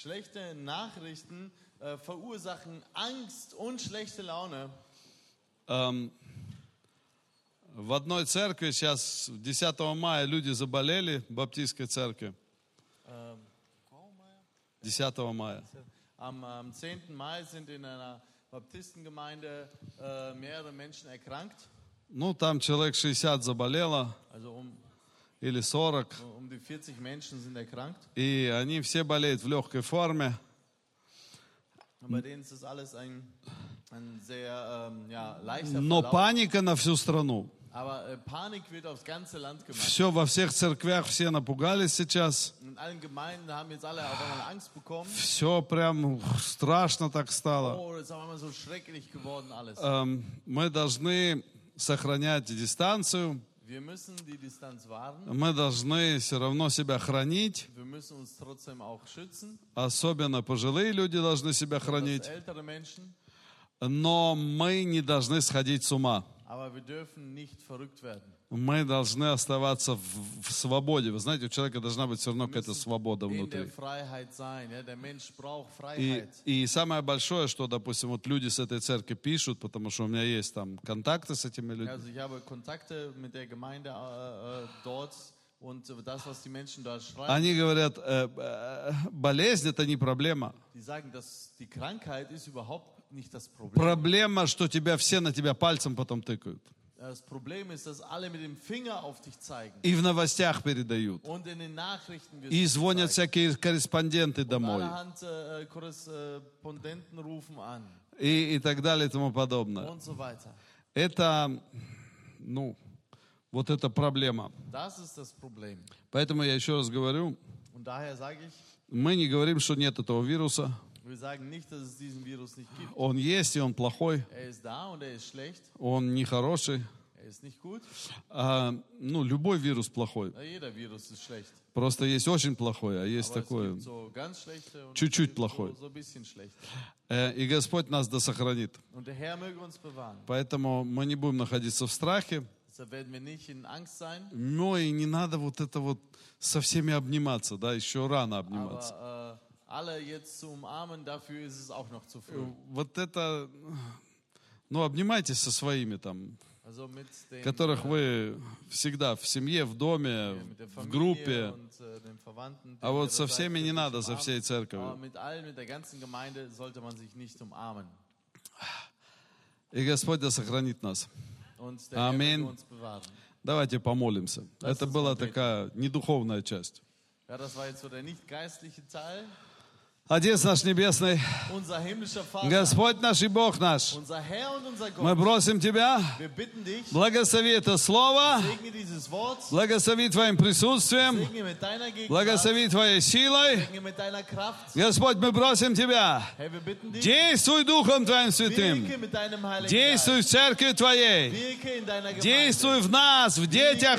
Schlechte Nachrichten äh, verursachen Angst und schlechte Laune. Эм, В одной церкви сейчас 10 мая люди заболели, в баптистской церкви, Ähm, 10 мая. am, am 10. Mai sind in einer Baptistengemeinde äh, mehrere Menschen erkrankt, Ну, там человек 60 заболело, also um, или 40, um die 40 Menschen sind erkrankt. и они все болеют в легкой форме. Und bei denen ist das alles ein, ein sehr ähm, ja, leichter Но Verlauf. паника на всю страну. Aber äh, Panik wird aufs ganze Land gemacht. Все во всех церквях, все напугались сейчас. In allen Gemeinden haben jetzt alle auf einmal Angst bekommen. Все прям страшно так стало. Oh, das ist auf einmal so schrecklich geworden alles. Эм, Мы должны сохранять дистанцию, Wir müssen die Distanz wahren. мы должны все равно себя хранить, Wir müssen uns trotzdem auch schützen. особенно пожилые люди должны себя хранить. Als ältere Menschen. Но мы не должны сходить с ума. Aber wir dürfen nicht verrückt werden. Мы должны оставаться в, в свободе. Вы знаете, у человека должна быть все равно какая-то свобода In der внутри. Freiheit sein. Ja? Der Mensch braucht И, Freiheit. и самое большое, что, допустим, вот люди с этой церкви пишут, потому что у меня есть там контакты с этими людьми. Also ich habe Kontakte mit der Gemeinde äh, äh, dort und das, was die Menschen da schreiben, Они говорят, «Э, э, болезнь это не проблема. die sagen, dass die Krankheit ist überhaupt nicht das Problem. Проблема, что тебя все на тебя пальцем потом тыкают. Das Problem ist, dass alle mit dem Finger auf dich zeigen И в новостях передают. und in den Nachrichten wirst И du звонят gezeigt. всякие корреспонденты домой. Allerhand äh, äh, Korrespondenten rufen an И, и так далее и тому подобное. und so weiter. Это, ну, вот эта проблема. Das ist das Problem. Поэтому я еще раз говорю, Und daher sage ich, мы не говорим, что нет этого вируса. wir sagen nicht, dass es diesen Virus nicht gibt. Он есть, и он плохой, Er ist da und er ist schlecht, он нехороший. er ist nicht gut. А, ну, любой вирус плохой. Na, jeder Virus ist schlecht. Просто есть очень плохой, а есть Aber es такой. gibt so ganz schlechte und Чуть-чуть so- плохой. So ein bisschen schlecht. Э, И Господь нас да сохранит. Und der Herr möge uns bewahren. Поэтому мы не будем находиться в страхе. Deshalb werden wir nicht in Angst sein, Но и не надо вот это вот со всеми обниматься, да, еще рано обниматься. aber äh, alle jetzt zu umarmen, dafür ist es auch noch zu früh. Вот это, ну, обнимайтесь со своими там, Also mit den которых вы всегда в семье, в доме, mit der в Familie группе. und äh, den Verwandten. А вот die со ihr seid, всеми не wirklich надо, со umarmen. всей Aber церковью. mit allen, mit der ganzen Gemeinde sollte man sich nicht umarmen. И Господь да сохранит нас. Und der Herr Amen. möge uns bewahren. Давайте помолимся. Дай Это Иисус была ответить. такая недуховная часть. Ja, das war jetzt so der nicht geistliche Teil. Отец наш Небесный, Unser himmlischer Vater, Господь наш и Бог наш, unser Herr und unser Gott, мы просим Тебя, wir bitten dich, благослови это слово, segne dieses Wort, благослови Твоим присутствием, segne mit deiner Gegenwart, благослови Твоей силой. segne mit deiner Kraft. Господь, мы просим Тебя, Herr, wir bitten dich, действуй Духом Твоим Святым. wirke mit deinem Heiligen Действуй Geist, в церкви Твоей. wirke in deiner Действуй Gemeinde, в нас, в детях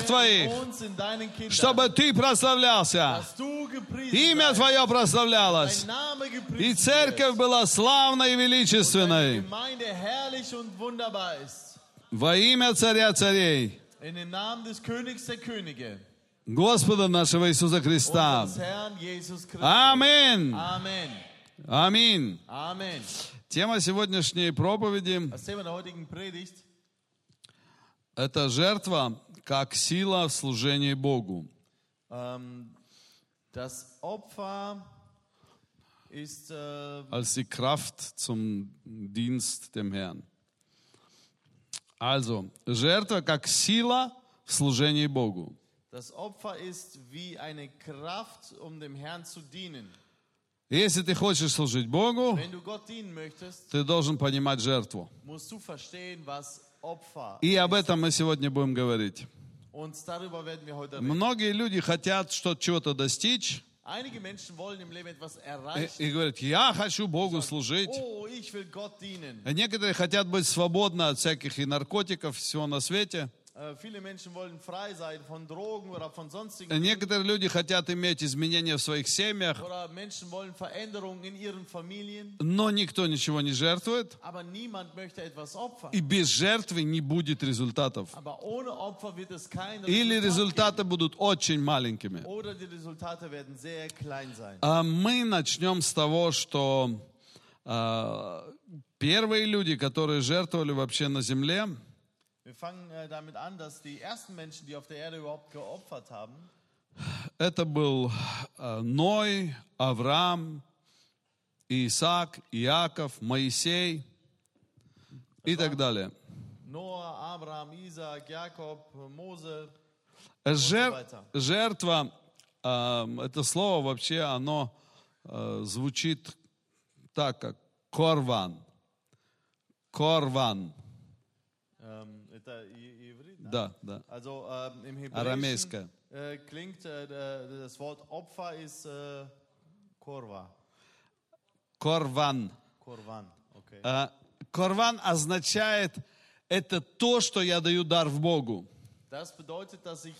wirke in Твоих, uns, in deinen Kindern, чтобы Ты прославлялся. dass du gepriesen Имя seist, Твое прославлялось. dein Name И gepriesen церковь wird, была славной и deine величественной. Gemeinde herrlich und wunderbar ist. Во имя Царя Царей, In dem Namen des Königs der Könige, Господа нашего Иисуса Христа. unseres Herrn Jesus Christus. Аминь. Amen. Аминь. Amen. Тема сегодняшней проповеди Das Thema der heutigen Predigt – это жертва как сила в служении Богу. Ähm, das Opfer ist äh, als die Kraft zum Dienst dem Herrn. Also, жертва как сила в служении Богу. das Opfer ist wie eine Kraft, um dem Herrn zu dienen. Если ты хочешь служить Богу, Wenn du Gott dienen möchtest, ты должен понимать жертву. musst du verstehen, was Opfer. И об этом мы сегодня будем говорить. Und darüber werden wir heute reden. Многие люди хотят что- чего-то достичь Einige Menschen wollen im Leben etwas и, erreichen. и говорят, я хочу Богу служить. Oh, ich will Gott dienen. А некоторые хотят быть свободны от всяких и наркотиков, всего на свете. Äh, Äh, viele Menschen wollen frei sein von Drogen oder von sonstigen. Некоторые люди хотят иметь изменения в своих семьях, Oder Menschen wollen Veränderungen in ihren Familien. но никто ничего не жертвует. Aber niemand möchte etwas opfern. И без жертвы не будет результатов. Aber ohne Opfer wird es kein Или Resultat результаты будут очень маленькими. geben. Oder die Resultate werden sehr klein sein. А мы начнем с того, что а, первые люди, которые жертвовали вообще на земле, Wir fangen äh, damit an, dass die ersten Menschen, die auf der Erde überhaupt geopfert haben, это был а, Ной, Авраам, Исаак, Иаков, Моисей и так далее. Noah, Abraham, Isaac, Jakob, Mose, Жер- жертва, а, это слово вообще, оно а, звучит так, как корван. Корван, ähm, это i- Ivrit, ne? да, да. also ähm, im Hebräischen Арамейское. äh, klingt äh, d- das Wort Opfer ist äh, Korva, Корван. Korvan, okay. А, Корван означает, это то, что я даю дар в Богу. Das bedeutet, dass ich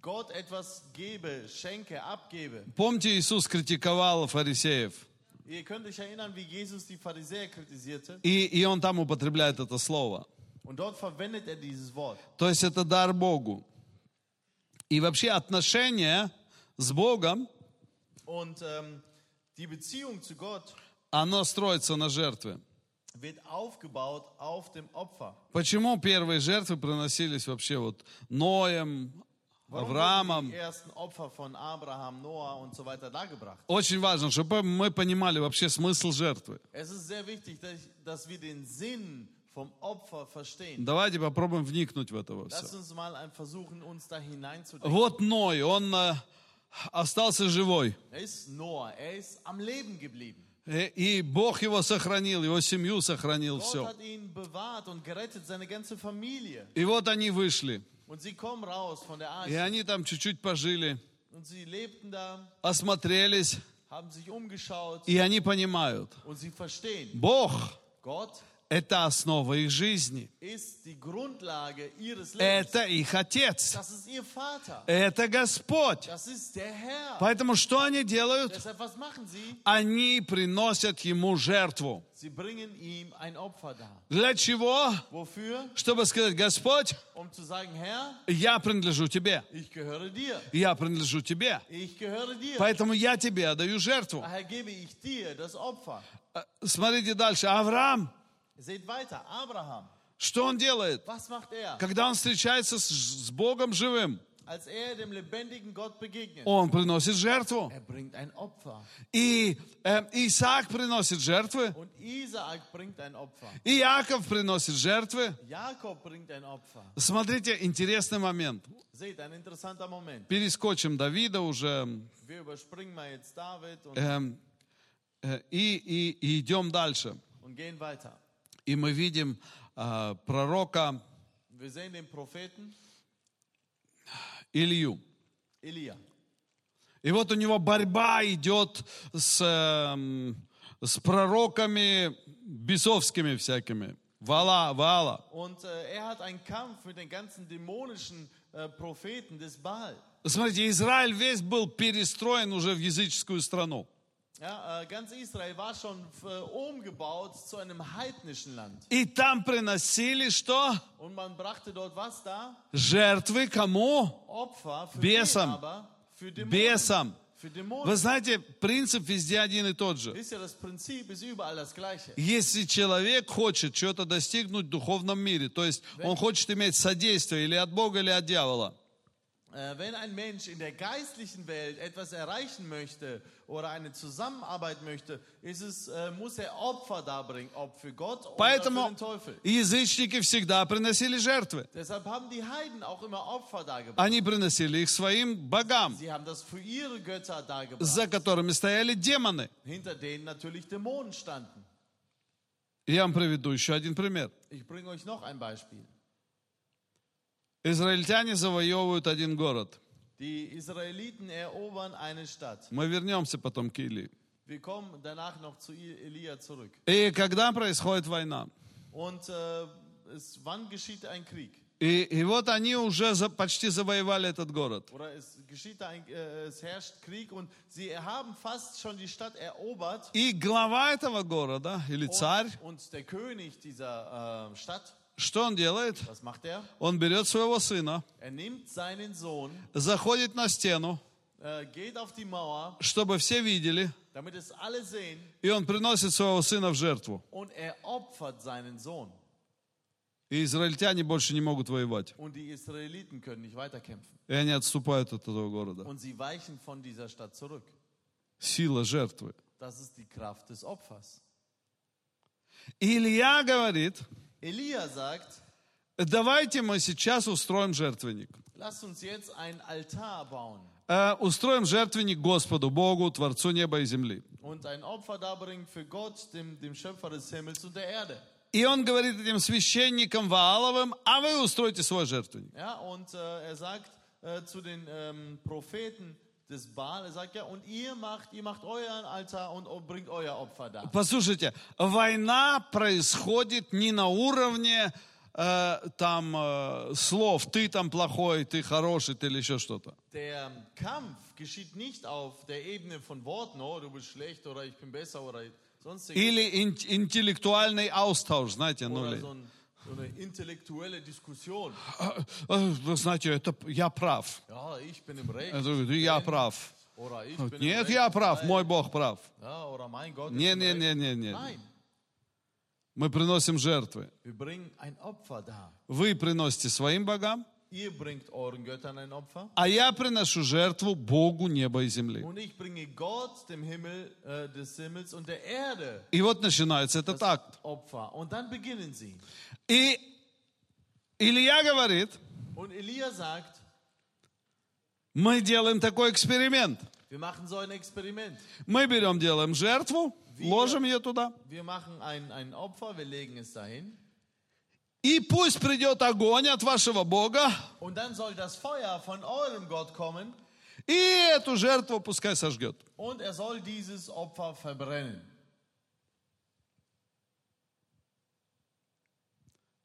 Gott etwas gebe, schenke, abgebe. Помните, Иисус критиковал фарисеев, Ihr könnt euch erinnern, wie Jesus die Pharisäer kritisierte. и, и он там употребляет это слово. Und dort verwendet er dieses Wort. То есть это дар Богу. И вообще отношение с Богом, Und ähm, die Beziehung zu Gott оно строится на жертве. wird aufgebaut auf dem Opfer. Почему первые жертвы приносились вообще вот Ноем, Авраамом? wurden die ersten Opfer von Abraham, Noah und so weiter dargebracht. Очень важно, чтобы мы понимали вообще смысл жертвы. Es ist sehr wichtig, dass, dass wir den Sinn vom Opfer verstehen. Давайте попробуем вникнуть в это во все. Lass uns mal ein- versuchen, uns da hineinzudenken. Вот Ной, он э, остался живой. Er ist Noah, er ist am Leben geblieben. Э, И Бог его сохранил, его семью сохранил, Gott все. hat ihn bewahrt und gerettet, seine ganze Familie. И вот они вышли. Und sie kommen raus von der И Arche они там чуть-чуть пожили, und sie lebten da, осмотрелись, haben sich umgeschaut и они понимают. und sie verstehen, Бог Gott – это основа их жизни. ist die Grundlage ihres Lebens. Это их Отец. Das ist ihr Vater. Это Господь. Das ist der Herr. Поэтому что они делают? Deshalb, was machen sie? Они приносят Ему жертву. Sie bringen ihm ein Opfer dar. Для чего? Wofür? Чтобы сказать, Господь, Um zu sagen, Herr, я принадлежу Тебе. ich gehöre dir. Я принадлежу Тебе. Ich gehöre dir. Поэтому я тебе отдаю жертву. Daher gebe ich dir das Opfer. Э, Смотрите дальше. Авраам, Seht weiter, Abraham. что он делает? Was macht er? Когда он встречается с, с Богом живым, Als er dem lebendigen Gott begegnet. он приносит жертву. Er bringt ein Opfer. И э, Исаак приносит жертвы. Und Isaak bringt ein Opfer. И Иаков приносит жертвы. Jakob bringt ein Opfer. Смотрите, интересный момент. Seht, ein interessanter Moment. Перескочим Давида уже Wir überspringen mal jetzt David und, эм, э, и, и, и идем дальше. und gehen weiter. И мы видим э, пророка Wir sehen den Propheten Илью. Elia. И вот у него борьба идет с, эм, с пророками бесовскими всякими. Вала, Вала. Und äh, er hat einen Kampf mit den ganzen dämonischen äh, Propheten des Baal. Смотрите, Израиль весь был перестроен уже в языческую страну. Ja, äh, ganz Israel war schon äh, umgebaut zu einem heidnischen Land. И там приносили что? Und man brachte dort was da? Жертвы кому? Opfer für Besam. Liebhaber, für Dämonen. Бесам. Für Вы Dämonen. знаете, принцип везде один и тот же. Wisst ihr, das Prinzip ist überall das gleiche. Если человек хочет что-то достигнуть в духовном мире, то есть он хочет иметь содействие или от Бога, или от дьявола, Äh, wenn ein Mensch in der geistlichen Welt etwas erreichen möchte oder eine Zusammenarbeit möchte, ist es, äh, muss er Opfer darbringen, ob für Gott oder für Поэтому den Teufel. язычники всегда приносили жертвы. Deshalb haben die Heiden auch immer Opfer dargebracht. Они приносили их своим богам, Sie haben das für ihre Götter dargebracht, за которыми стояли демоны. hinter denen natürlich Dämonen standen. Я вам приведу еще один пример. Ich bringe euch noch ein Beispiel. Израильтяне завоевывают один город. Die Israeliten erobern eine Stadt. Мы вернемся потом к Илии. Wir kommen danach noch zu I- Elia zurück. И когда происходит война? Und äh, es, wann geschieht ein Krieg? И, и вот они уже за, почти завоевали этот город. Oder es geschieht da ein, äh, es herrscht Krieg und sie haben fast schon die Stadt erobert. И глава этого города, или царь, Und, und der König dieser äh, Stadt, что он делает? was macht er? Он берет своего сына, Er nimmt seinen Sohn, заходит на стену, äh, geht auf die Mauer, чтобы все видели, damit es alle sehen, и он приносит своего сына в жертву. und er opfert seinen Sohn. И израильтяне больше не могут воевать. Und die Israeliten können nicht weiterkämpfen. И они отступают от этого города. Und sie weichen von dieser Stadt zurück. Сила жертвы. Das ist die Kraft des Opfers. Илья говорит, Elia sagt, давайте мы сейчас устроим жертвенник. lasst uns jetzt einen Altar bauen Э, Устроим жертвенник Господу, Богу, Творцу неба и земли. und ein Opfer darbringen für Gott, dem, dem Schöpfer des Himmels und der Erde. И он говорит этим священникам Вааловым, а вы устройте свой жертвенник. Ja, und äh, er sagt äh, zu den ähm, Propheten des Baal, er sagt ja, und ihr macht, ihr macht euren Altar und o- bringt euer Opfer dar. Послушайте, война происходит не на уровне э, там э, слов, ты там плохой, ты хороший, ты или еще что-то. Der ähm, Kampf geschieht nicht auf der Ebene von Worten, oh, du bist schlecht oder ich bin besser oder sonstiges. Или ин- интеллектуальный аустауш, знаете, ну Oder ли. so, ein, so eine intellektuelle Diskussion. «Э, Вы знаете, это п- я прав. Ja, ich bin im Recht. Это говорит, я прав. Oder ich bin im Нет, Recht. я прав, мой Бог прав. Ja, oder mein Gott. Не, ist im не, Recht. не, не, не. Nein, Мы приносим жертвы. wir bringen ein Opfer dar. Вы приносите своим богам, Ihr bringt euren Göttern ein Opfer. а я приношу жертву Богу неба и земли. Und ich bringe Gott, dem Himmel, äh, des Himmels und der Erde, И вот начинается этот акт. Opfer. Und dann beginnen sie. И Илья говорит, Und Elia sagt, мы делаем такой эксперимент. wir machen so ein Experiment. Мы берем, делаем жертву, ложим ее туда, Wir machen ein, ein Opfer, wir legen es dahin. и пусть придет огонь от вашего Бога, Und dann soll das Feuer von eurem Gott kommen и эту жертву пускай сожгет. und er soll dieses Opfer verbrennen.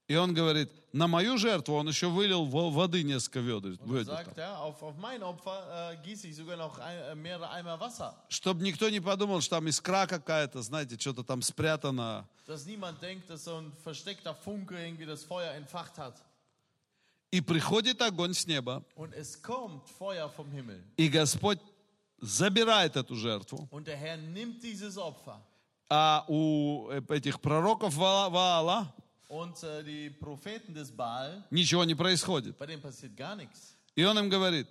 И он говорит, на мою жертву он еще вылил во- воды несколько ведер, Und ведер sagt er, auf, auf mein Opfer äh, gieße ich sogar noch ein, äh, mehrere Eimer Wasser, чтобы никто не подумал, что там искра какая-то, знаете, что-то там спрятано. dass niemand denkt, dass so ein versteckter Funke irgendwie das Feuer entfacht hat. И приходит огонь с неба, Und es kommt Feuer vom Himmel. и Господь забирает эту жертву. Und der Herr nimmt dieses Opfer. А у э, этих пророков Вала- Ваала Und äh, die Propheten des Baal, ничего не происходит. bei denen passiет gar nichts. И он им говорит,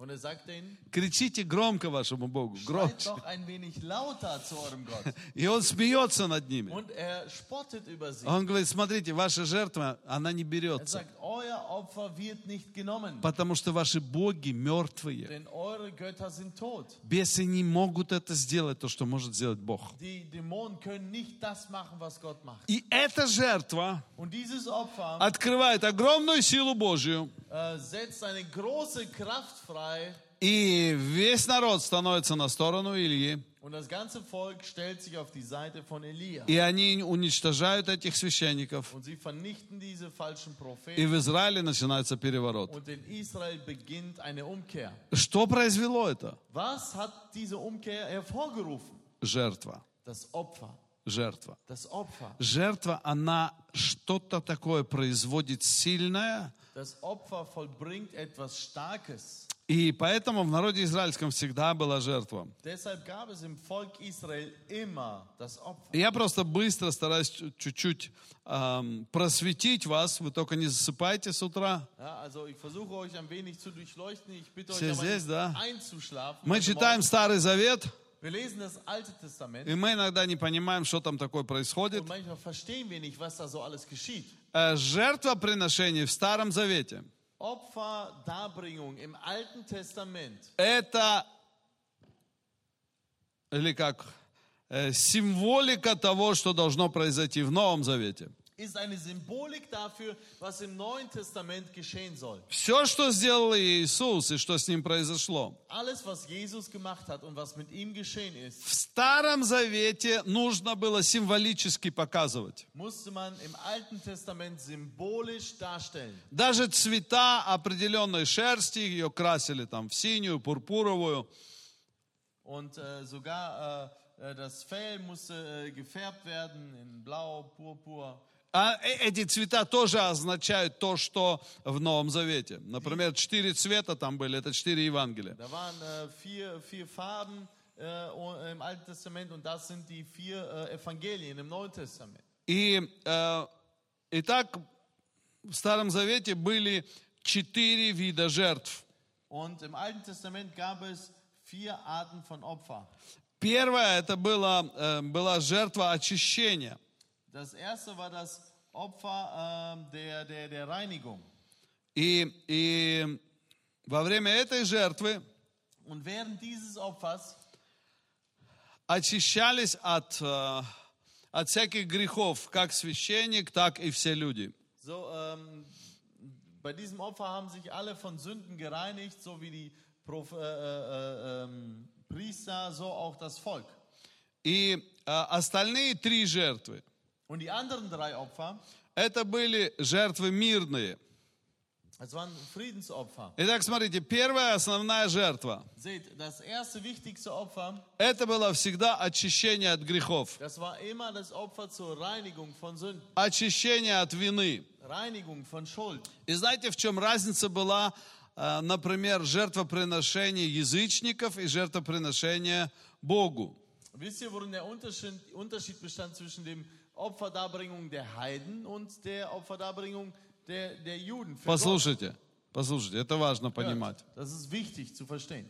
Und er sagt denen, кричите громко вашему Богу, seid громче. doch ein wenig lauter zu eurem Gott. И он смеется над ними. Und er spottet über sie. Он говорит, смотрите, ваша жертва, она не Er берется, sagt, euer Opfer wird nicht genommen, потому что ваши боги мертвые. denn eure Götter sind tot. Бесы не могут это сделать, то, что может сделать Бог. Die Dämonen können nicht das machen, was Gott macht. И эта жертва Und dieses Opfer открывает огромную силу Божью. äh, setzt eine große Kraft frei И весь народ становится на сторону Ильи. und das ganze Volk stellt sich auf die Seite von Elia. И они уничтожают этих священников. Und sie vernichten diese falschen Propheten. И в Израиле начинается переворот. Und in Israel beginnt eine Umkehr. Что произвело это? Was hat diese Umkehr hervorgerufen? Жертва. Das Opfer. Жертва. Das Opfer. Жертва, она что-то такое производит сильное. Das Opfer vollbringt etwas Starkes. И поэтому в народе израильском всегда была жертва. Deshalb gab es im Volk Israel immer das Opfer. Я просто быстро стараюсь чу- чуть-чуть ам, просветить вас. Вы только не засыпайте с утра. Ja, also ich versuche euch ein wenig zu durchleuchten. Ich bitte euch Все aber здесь, nicht да? einzuschlafen. Мы heute читаем Morgen. Старый Завет, Wir lesen das Alte Testament и мы иногда не понимаем, что там такое происходит. und manchmal verstehen wir nicht, was da so alles geschieht. Э, Жертвоприношение в Старом Завете Opferdarbringung im Alten Testament – это, или как, э, символика того, что должно произойти в Новом Завете. ist eine Symbolik dafür, was im Neuen Testament geschehen soll. Все, что сделал Иисус и что с ним произошло. Alles, was Jesus gemacht hat und was mit ihm geschehen ist, В Старом Завете нужно было символически показывать. musste man im Alten Testament symbolisch darstellen. Даже цвета определенной шерсти, ее красили там в синюю, пурпуровую. Und äh, sogar äh, äh, das Fell musste äh, gefärbt werden in Blau, Purpur. А э- эти цвета тоже означают то, что в Новом Завете. Например, четыре цвета там были, это четыре Евангелия. Da waren äh, vier, vier Farben äh, o- im Alten Testament und das sind die vier äh, Evangelien im Neuen Testament. И, э, итак, в Старом Завете были четыре вида жертв. Und im Alten Testament gab es vier Arten von Opfer. Первое это было, э, была жертва очищения. Das erste war das Opfer ähm, der, der, der Reinigung. И, и во время этой жертвы Und während dieses Opfers очищались от, э, от всяких грехов, как священник, так и все люди. So, ähm, bei diesem Opfer haben sich alle von Sünden gereinigt, so wie die Prof, äh, äh, äh, ähm, Priester, so auch das Volk. И э, остальные три жертвы, Und die anderen drei Opfer, это были жертвы мирные. es waren Friedensopfer. Итак, смотрите, первая основная жертва, Seht, das erste wichtigste Opfer, это было всегда очищение от грехов, das war immer das Opfer zur Reinigung von Sünden, очищение от вины. Reinigung von Schuld. И знаете, в чем разница была, э, например, жертвоприношение язычников и жертвоприношение Богу? Wisst ihr, worin der Unterschied, Unterschied bestand zwischen dem Opferdarbringung der Heiden und der Opferdarbringung der, der Juden? für Gott? Послушайте, послушайте, это важно понимать. Das ist wichtig zu verstehen.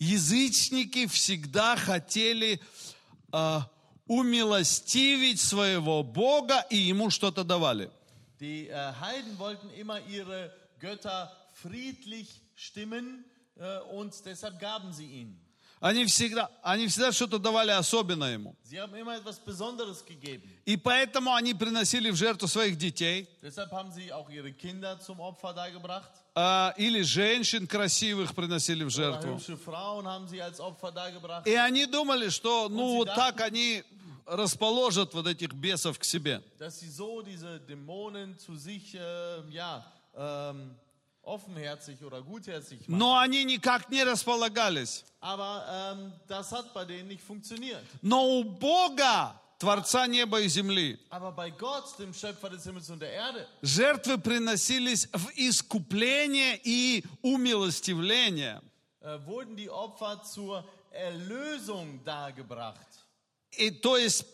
Язычники всегда хотели э, умилостивить своего Бога и ему что-то давали. Die äh, Heiden wollten immer ihre Götter friedlich stimmen äh, und deshalb gaben sie ihnen. Они всегда, они всегда что-то давали особенное ему. Sie haben immer etwas Besonderes gegeben. И поэтому они приносили в жертву своих детей Deshalb haben sie auch ihre Kinder zum Opfer dargebracht. э, или женщин красивых приносили в Oder жертву. hübsche Frauen haben sie als Opfer dargebracht. И они думали, что ну вот всегда- так они расположат вот этих бесов к себе. Dass sie so diese Dämonen zu sich, äh, ja, ähm, offenherzig oder gutherzig machen. Но они никак не располагались. Aber ähm, das hat bei denen nicht funktioniert. Но у Бога, Творца неба и земли, Aber bei Gott, dem Schöpfer des Himmels und der Erde, жертвы приносились в искупление и умилостивление. äh, wurden die Opfer zur Erlösung dargebracht. И то есть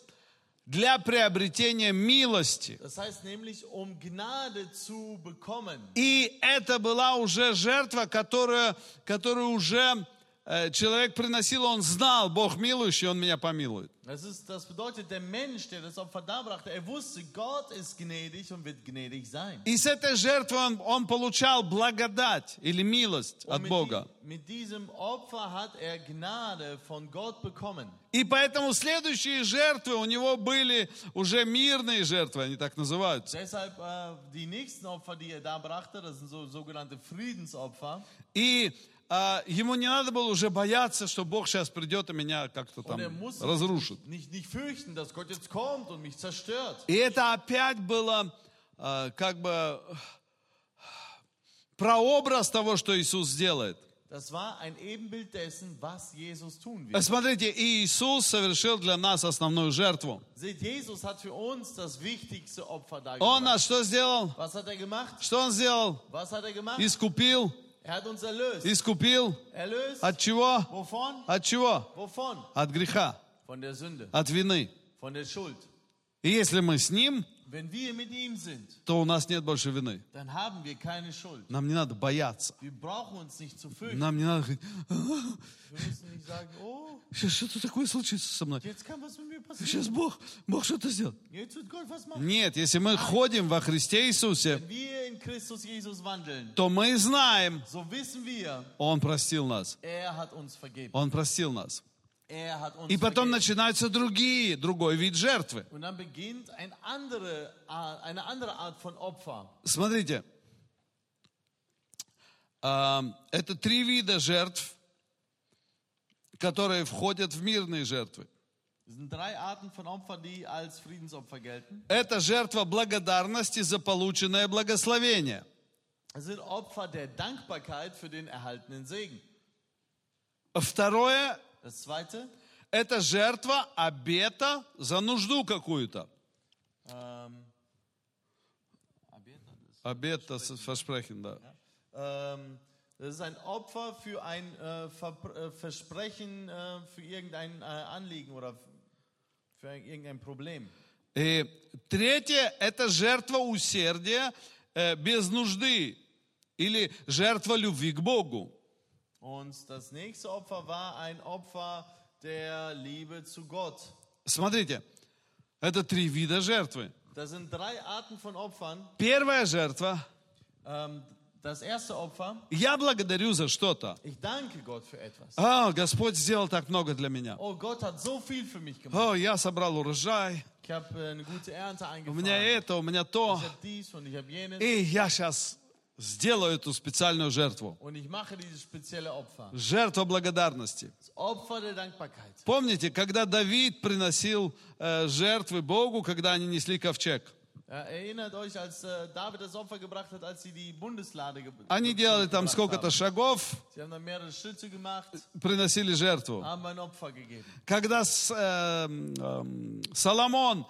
для приобретения милости. Das heißt nämlich, um Gnade zu bekommen. И это была уже жертва, которая, которую уже э, человек приносил, он знал, Бог милующий, он меня помилует. Das, ist, das bedeutet, der Mensch, der das Opfer darbrachte, er wusste, Gott ist gnädig und wird gnädig sein. И с этой жертвы он, он получал благодать или милость Und от mit, Бога. die, mit diesem Opfer hat er Gnade von Gott bekommen. И поэтому следующие жертвы у него были уже мирные жертвы, они так называются. Deshalb äh, die nächsten Opfer, die er darbrachte, das sind so sogenannte Friedensopfer. И а, ему не надо было уже бояться, что Бог сейчас придет и меня как-то Und er там musste разрушит. nicht, nicht fürchten, dass Gott jetzt kommt und mich zerstört. И это опять было а, как бы прообраз того, что Иисус сделает. Das war ein Ebenbild dessen, was Jesus tun wird. Посмотрите, Иисус совершил для нас основную жертву. Seht, Jesus hat für uns das wichtigste Opfer Он dargebracht. нас что сделал? Was hat er gemacht? Что он сделал? Was hat er gemacht? Искупил, Er hat uns erlöst. искупил. Erlöst? От чего? Wovon? От чего? Wovon? От греха, Von der Sünde, от вины. von der Schuld. И если мы с Ним, Wenn wir mit ihm sind, то у нас нет больше вины. dann haben wir keine Schuld. Нам не надо бояться. Wir brauchen uns nicht zu fürchten. Нам не надо говорить, Wir müssen nicht sagen, oh, сейчас что-то такое случится со мной. jetzt kann was mit mir passieren. Сейчас Бог, Бог что-то сделает. Jetzt wird Gott was machen. Нет, если мы ходим во Христе Иисусе, Wenn wir in Christus Jesus wandeln, то мы знаем, so wissen wir, Он простил нас. er hat uns vergeben. Он простил нас. Er hat uns И потом vergeben. начинаются другие, другой вид жертвы. Und dann beginnt ein andere, Art- eine andere Art von Opfer. Смотрите, а, это три вида жертв, которые входят в мирные жертвы. Es sind drei Arten von Opfer, die als Friedensopfer gelten. Это жертва благодарности за полученное благословение. Es sind Opfer der Dankbarkeit für den erhaltenen Segen. Второе Das zweite, – это жертва обета за нужду какую-то. ähm, Обет, das ist Versprechen, да. ähm, das ist ein Opfer für ein äh, Verp- äh, Versprechen, äh, für irgendein äh, Anliegen oder f- für ein, irgendein Problem. И третье – это жертва усердия э, без нужды или жертва любви к Богу. Und das nächste Opfer war ein Opfer der Liebe zu Gott. Смотрите, это три вида жертвы. Das sind drei Arten von Opfern. Первая жертва Ähm, das erste Opfer, – я благодарю за что-то. ich danke Gott für etwas. А, Господь сделал так много для меня. Oh, Gott hat so viel für mich gemacht. О, я собрал урожай, Ich habe äh, eine gute Ernte у меня eingefahren. это, у меня то. Ich habe dies und ich habe jenes. И я сейчас сделаю эту специальную жертву. Und ich mache dieses spezielle Opfer. Жертва благодарности. Das Opfer der Dankbarkeit. Помните, когда Давид приносил э, жертвы Богу, когда они несли ковчег? Ja, erinnert euch, als äh, David das Opfer gebracht hat, als sie die Bundeslade ge Они делали там gebracht сколько-то haben. шагов, Sie haben dann mehrere Schritte gemacht, приносили жертву. haben ein Opfer gegeben. Когда с- эм, эм, Соломон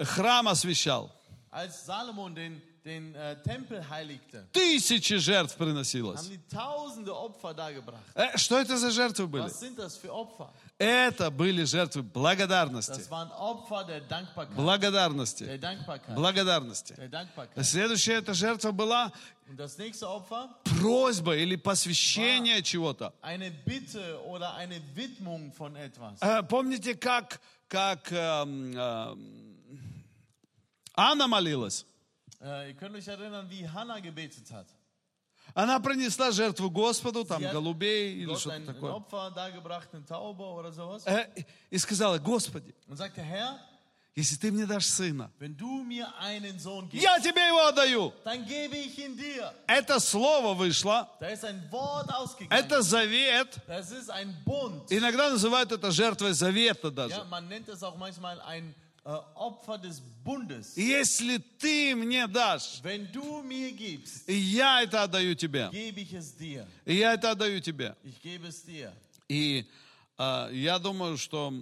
храм освящал, Als Salomon den, den äh, Tempel heiligte, тысячи жертв haben приносилось. die tausende Opfer dargebracht. Э, Что это за жертвы были? Was sind das für Opfer? Это были жертвы благодарности. Das waren Opfer der Dankbarkeit. Благодарности. Der Dankbarkeit. Благодарности. Der Dankbarkeit. Следующая эта жертва была Und das nächste Opfer, просьба или посвящение чего-то. eine Bitte oder eine Widmung von etwas. Э, Помните, как, как эм, эм, Анна молилась? Äh, ihr könnt euch erinnern, wie Hannah gebetet hat. Она принесла жертву Господу, там, Sie hat голубей или Gott что-то ein, ein такое. Opfer dargebracht, eine Taube oder sowas. Э, И сказала, Господи, Und sagte, Herr, если ты мне дашь сына, wenn du mir einen Sohn gibst, я тебе его отдаю. dann gebe ich ihn dir. Это слово вышло, Da ist ein Wort ausgegangen. это завет. das ist ein Bund. Иногда называют это жертвой завета Ja, даже. man nennt es auch manchmal ein äh, Opfer des Bundes. Если ты мне дашь, Wenn du mir gibst, и я это отдаю тебе, gebe ich es dir. и я это отдаю тебе. Ich gebe es dir. И а, я думаю, что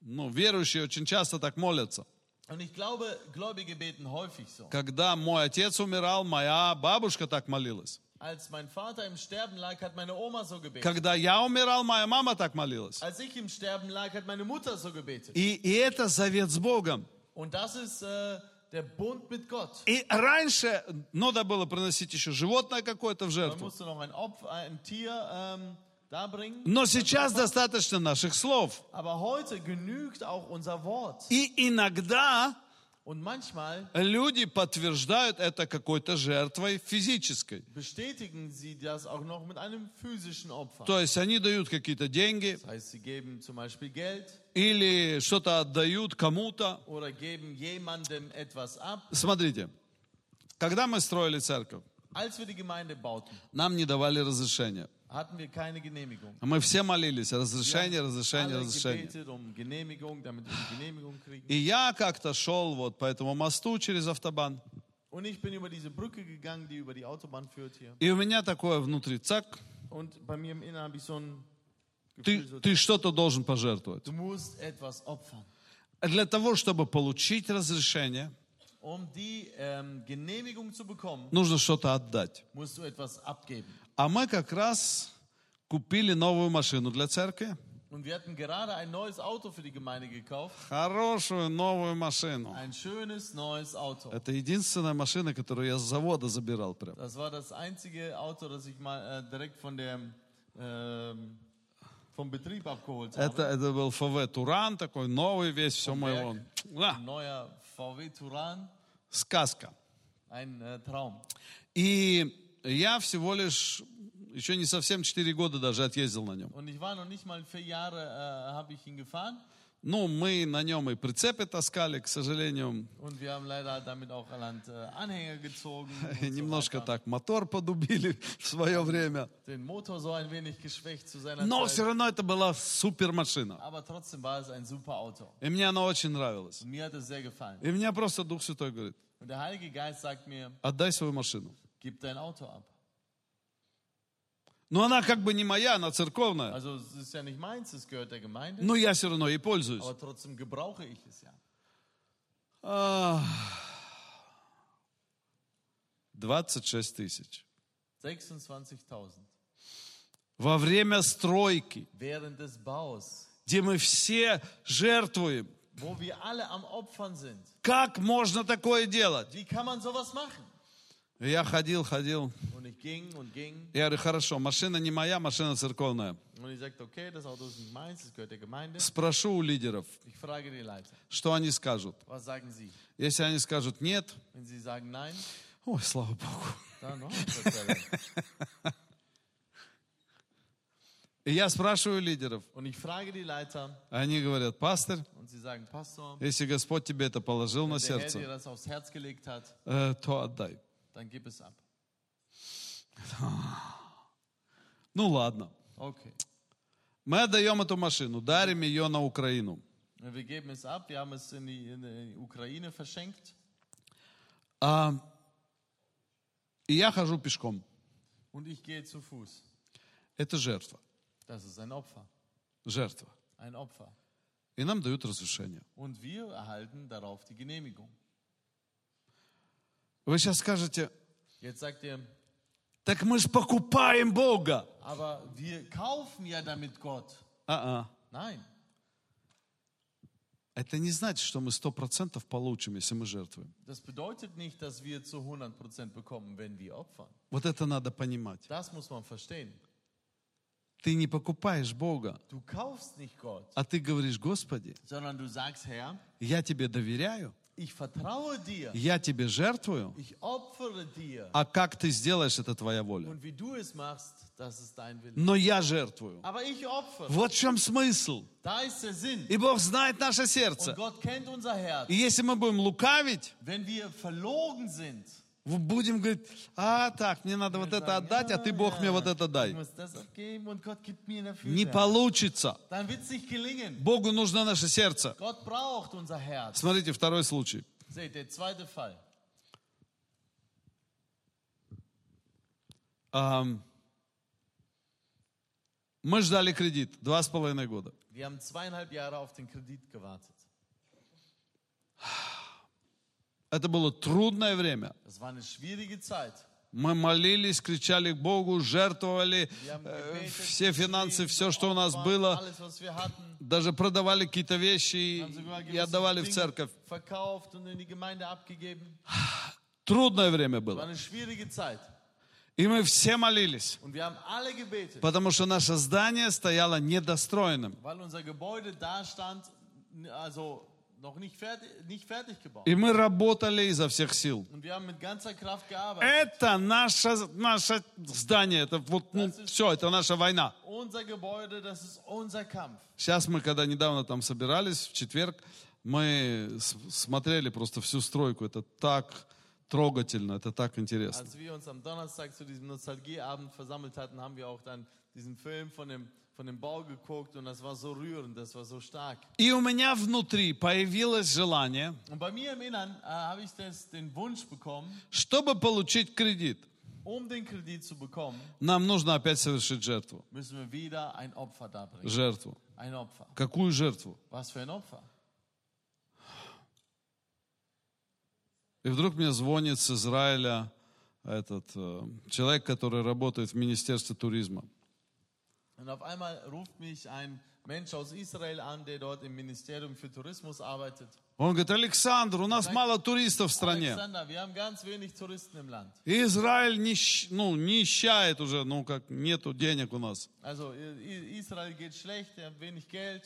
ну, верующие очень часто так молятся. Und ich glaube, Gläubige beten häufig so. Когда мой отец умирал, моя бабушка так молилась. Als mein Vater im Sterben lag, hat meine Oma so gebetet. Когда я умирал, моя мама так молилась. Als ich im Sterben lag, hat meine Mutter so gebetet. И, и это завет с Богом. Und das ist äh, der Bund mit Gott. И раньше надо было приносить еще животное какое-то в Man жертву. musste noch ein Opfer, ein Tier ähm, darbringen. Но сейчас достаточно наших слов. Aber heute genügt auch unser Wort. И иногда Und manchmal люди подтверждают это какой-то жертвой физической. bestätigen sie das auch noch mit einem physischen Opfer. То есть они дают какие-то деньги Das heißt, sie geben zum Beispiel Geld или что-то отдают кому-то. oder geben jemandem etwas ab. Смотрите, когда мы строили церковь, Als wir die Gemeinde bauten, нам не давали разрешения. hatten wir keine Genehmigung. Мы все молились, разрешение, разрешение, Alle разрешение. gebetet um Genehmigung, damit wir die Genehmigung kriegen. И я как-то шел вот по этому мосту через автобан. Und ich bin über diese Brücke gegangen, die über die Autobahn führt hier. И у меня такое внутри, цак, Und bei mir im Inneren habe ich so ein ты, Gefühl, so, ты что-то должен пожертвовать. du musst etwas opfern. Для того, чтобы получить разрешение, Um die ähm, Genehmigung zu bekommen, нужно что-то отдать. musst du etwas abgeben. А мы как раз купили новую машину для церкви. Und wir hatten gerade ein neues Auto für die Gemeinde gekauft. Хорошую новую машину. Ein schönes neues Auto. Это единственная машина, которую я с завода забирал прям. Das war das einzige Auto, das ich mal äh, direkt von der, ähm, vom Betrieb abgeholt habe. Это, это был ФВ Туран такой, новый весь, все моего. Ein На, neuer VW Touran, сказка. ein äh, Traum. И я всего лишь еще не совсем 4 года даже отъездил на нем. Und ich war noch nicht mal vier Jahre, äh, habe ich ihn gefahren. Ну, мы на нем и прицепы таскали, к сожалению. Und wir haben leider damit auch an Land äh, Anhänger gezogen. Und so Немножко weiter. так мотор подубили в свое время. Den Motor so ein wenig geschwächt zu seiner Но все Zeit. равно это была супер машина. Aber trotzdem war es ein super Auto. И мне она очень нравилась. Und mir hat es sehr gefallen. И мне просто Дух Святой говорит, Und der Heilige Geist sagt mir, отдай свою машину. gib dein Auto ab. Но она как бы не моя, она церковная. Also es ist ja nicht meins, es gehört der Gemeinde. Но я все равно ей пользуюсь. Aber trotzdem gebrauche ich es ja. Ах. 26 тысяч. 26.000. Во время стройки, Während des Baus, где мы все жертвуем. wo wir alle am Opfern sind. Как можно такое делать? Wie kann man sowas machen? И Я ходил, ходил. Und ich ging und ging. Я говорю, хорошо, машина не моя, машина церковная. Und ich sagte, okay, das Auto ist nicht meins, es gehört der Gemeinde. Спрошу у лидеров, Ich frage die Leiter, что они скажут. was sagen sie? Если они скажут нет, Wenn sie sagen nein, ой, слава Богу. dann oh, Gott sei Dank. И я спрашиваю лидеров. Und ich frage die Leiter Они говорят, пастор, und sie sagen, Pastor, если Господь тебе это положил на der Herr dir сердце, das aufs Herz gelegt hat, э, то отдай. dann gib es ab. Ну ладно. Okay. Мы отдаем эту машину, дарим ее на Украину. Und Wir geben es ab, wir haben es in die, in die Ukraine verschenkt А, и я хожу пешком. und ich gehe zu Fuß. Это жертва. Das ist ein Opfer. Жертва. Ein Opfer. И нам дают разрешение. Und wir erhalten darauf die Genehmigung. Вы сейчас скажете, Jetzt sagt ihr, так мы же покупаем Бога. aber wir kaufen ja damit Gott. А-а. Nein, Это не значит, что мы сто процентов получим, если мы жертвуем. das bedeutet nicht, dass wir zu 100% bekommen, wenn wir opfern. Вот это надо понимать. Das muss man verstehen. Ты не покупаешь Бога, Du kaufst nicht Gott, а ты говоришь, Господи, sondern du sagst, Herr, я тебе доверяю, ich vertraue dir, я тебе жертвую, ich opfere dir. а как ты сделаешь, это твоя воля. Und wie du es machst, das ist dein Wille. Но я жертвую. Aber ich opfere. Вот в чем смысл. Da ist der Sinn. И Бог знает наше Und сердце. Gott kennt unser Herz. И если мы будем лукавить, Wenn wir verlogen sind, мы будем говорить, а так, мне надо вот это отдать, а ты, Бог, мне вот это ich дай. muss das abgeben und Gott gibt mir dafür. Не mehr. получится. Dann wird es nicht gelingen. Богу нужно наше сердце. Gott braucht unser Herz. Смотрите, второй случай. Seht, der zweite Fall. Ам, мы ждали кредит два с половиной года. Wir haben zweieinhalb Jahre auf den Kredit gewartet. Это было трудное время. Das war eine schwierige Zeit. Мы молились, кричали к Богу, жертвовали Wir haben э, gebetet, все финансы, geschrieben, все, что у нас aufgebaut, было. Alles, was wir hatten. Даже продавали какие-то вещи Haben sogar и, и gewisse отдавали в Dinge церковь. Verkauft und in die Gemeinde abgegeben. Трудное время War было. eine schwierige Zeit. И мы все молились, Und wir haben alle gebetet, потому что наше здание стояло недостроенным. weil unser Gebäude da stand, also noch nicht fertig, nicht fertig gebaut. И мы работали изо всех сил. Und wir haben mit ganzer Kraft gearbeitet. Это наше, наше здание, это вот ну, все, это наша война. Unser Gebäude, das ist unser Kampf. Сейчас мы, когда недавно там собирались, в четверг, мы с- смотрели просто всю стройку. Это так трогательно, это так интересно. Als wir uns am Donnerstag zu diesem Nostalgieabend versammelt hatten, haben wir auch dann diesen Film von dem, von dem Bau geguckt und das war so rührend, das war so stark. И у меня внутри появилось желание, Und bei mir im Innern äh, habe ich das, den Wunsch bekommen, чтобы получить кредит, um den Kredit zu bekommen, нам нужно опять совершить жертву. müssen wir wieder ein Opfer darbringen. Жертву. Ein Opfer. Какую жертву? Was für ein Opfer? И вдруг мне звонит с Израиля этот э, человек, который работает в Министерстве туризма. Und auf einmal ruft mich ein Mensch aus Israel an, der dort im Ministerium für Tourismus arbeitet. Он говорит, Александр, у нас мало туристов в стране. Alexander, wir haben ganz wenig Touristen im Land. И Израиль нищ- ну, нищает уже, ну как, нету денег у нас. Also I- Israel geht schlecht, wir haben wenig Geld.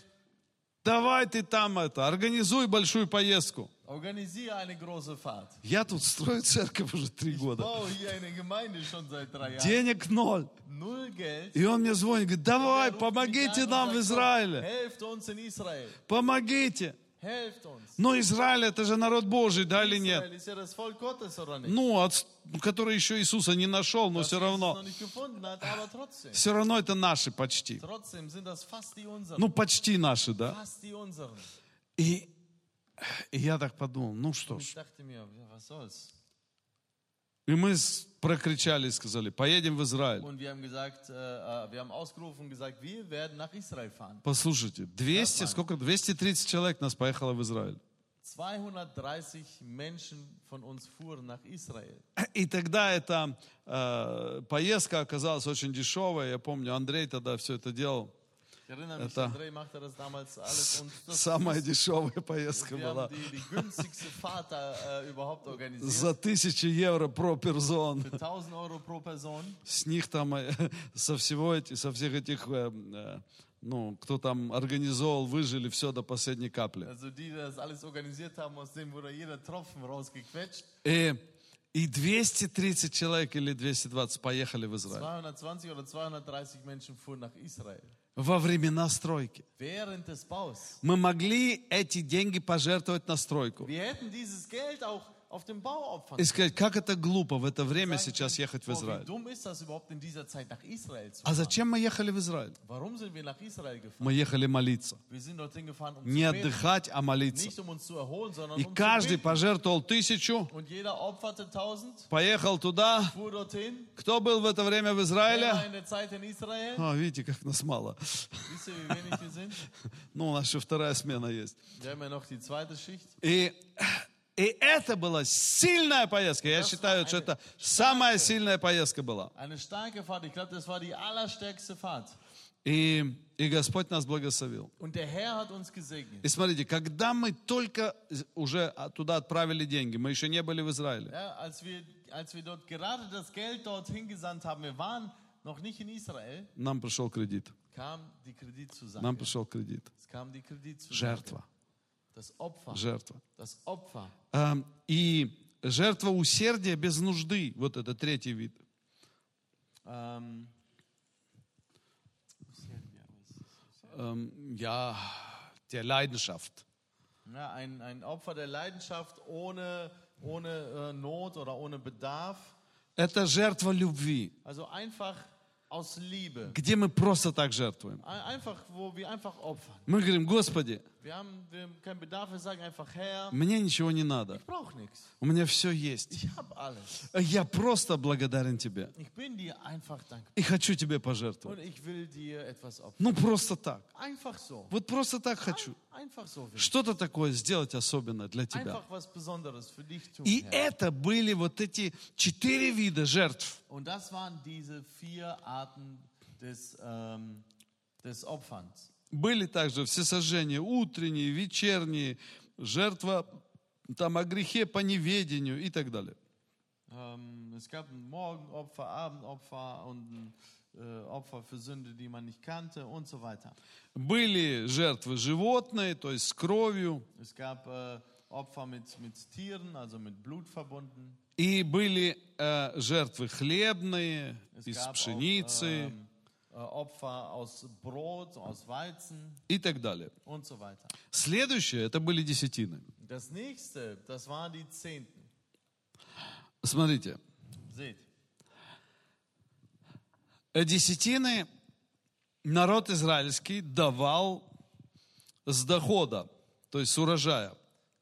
Давай ты там это, организуй большую поездку. Organisiere eine große Fahrt. Я тут строю церковь уже три года. Baue hier eine Gemeinde schon seit drei Jahren. Денег ноль. Null Geld. И он мне звонит, говорит, давай, Er ruft mich помогите an нам und sagt, в komm, Израиле. Helft uns in Israel. Помогите. Helft uns. Но Израиль это же народ Божий, да или нет? Israel ist ja das Volk Gottes, oder nicht? Ну, от- который еще Иисуса не нашел, но Das все Jesus noch равно. nicht gefunden hat, aber trotzdem. Все равно это наши почти. Trotzdem sind das fast die unseren. Ну, почти наши, да? Fast die unseren. И, и я так подумал, ну что Ich ж. dachte mir, ja, was soll's? И мы с- прокричали и сказали, поедем в Израиль. Und wir haben gesagt, äh, äh, wir haben ausgerufen und gesagt, wir werden nach Israel fahren. Послушайте, 200, Нормально. сколько? 230 человек нас поехало в Израиль. 230 Menschen von uns fuhren nach Israel. И тогда эта э, поездка оказалась очень дешевая. Я помню, Андрей тогда все это делал. Ich erinnere mich, Это- Andrei machte das damals alles und das Самая дешевая поездка wir была. haben die, die günstigste Fahrt da, äh, überhaupt organisiert. За 1000 евро про перзон. 1000 Euro pro Person. С них там, э, со всего эти, со всех этих, э, э, ну, кто там организовал, выжили все до последней капли. Also die, die das alles organisiert haben, aus dem wurde jeder Tropfen rausgequetscht. И, и 230 человек или 220 поехали в Израиль. 220 oder 230 Menschen fuhren nach Israel. Во времена стройки. Während des Baus. Мы могли эти деньги пожертвовать на стройку. Wir hätten dieses Geld auch auf dem Bau opfern И сказать, как это глупо в это время Sagen сейчас können, ехать в boah, Oh, wie Израиль. dumm ist das überhaupt in dieser Zeit nach Israel zu А fahren? зачем мы ехали в Израиль? Warum sind wir nach Israel gefahren? Мы ехали молиться. Wir sind dorthin gefahren, um Не zu beten. отдыхать, а молиться. Nicht um uns zu erholen, sondern И um каждый zu beten. пожертвовал тысячу, Und jeder opferte 1000, поехал туда. fuhr dorthin. Кто был в это время в Wer war Израиле? in der Zeit in Israel? А, видите, как нас мало. Wisst ihr, wie wenig wir sind? Ну, у нас еще вторая смена есть. Wir haben ja noch die zweite Schicht. И, и это была сильная поездка. Я считаю, что это самая сильная поездка была. Eine starke Fahrt. Ich glaube, das war die allerstärkste Fahrt. И, и Господь нас благословил. Und der Herr hat uns gesegnet. И смотрите, когда мы только уже а, туда отправили деньги, мы еще не были в Израиле. Ja, als, wir, als wir dort gerade das Geld dorthin gesandt haben, wir waren noch nicht in Israel, Нам пришел кредит. kam die Kreditzusage. Нам пришел кредит. Es kam die Kreditzusage. Жертва. Das Opfer. Жертва. Das Opfer. Эм, И жертва усердия без нужды. Вот это третий вид. Ähm, Эм, Я... der Leidenschaft. ja, ein, ein Opfer der Leidenschaft ohne, ohne äh, Not oder ohne Bedarf. Это жертва любви, Also einfach aus Liebe. где мы просто так жертвуем. Ein- Einfach, wo wir einfach opfern. Мы говорим, Господи, Wir haben, wir haben keinen Bedarf, wir sagen einfach, Herr, мне ничего не надо. ich brauche nichts. У меня все есть. Ich habe alles. Я просто благодарен Тебе. Ich bin dir einfach dankbar. И хочу Тебе пожертвовать. Und ich will dir etwas opfern. Ну, просто так. Einfach so. Вот просто так хочу. Ein, einfach so. will ich. Что-то такое сделать особенно для тебя. Einfach was Besonderes für dich tun. И Herr. это были вот эти четыре вида жертв. Und das waren diese vier Arten des, ähm, des Opferns. Были также всесожжения утренние, вечерние, жертва там о грехе по неведению и так далее. Ähm, es gab ein Morgenopfer, Abendopfer und ein äh, Opfer für Sünde, die man nicht kannte und so weiter. Были жертвы животные, то есть с кровью, Es gab äh, Opfer mit, mit Tieren, also mit Blut verbunden. и были э, жертвы хлебные, Es из gab auch, пшеницы ähm, äh, Opfer aus Brot, aus Weizen и так далее. und so weiter. Следующее, это были десятины. Das nächste, das waren die Zehnten. Смотрите, Seht, э, десятины народ израильский давал с дохода, то есть с урожая.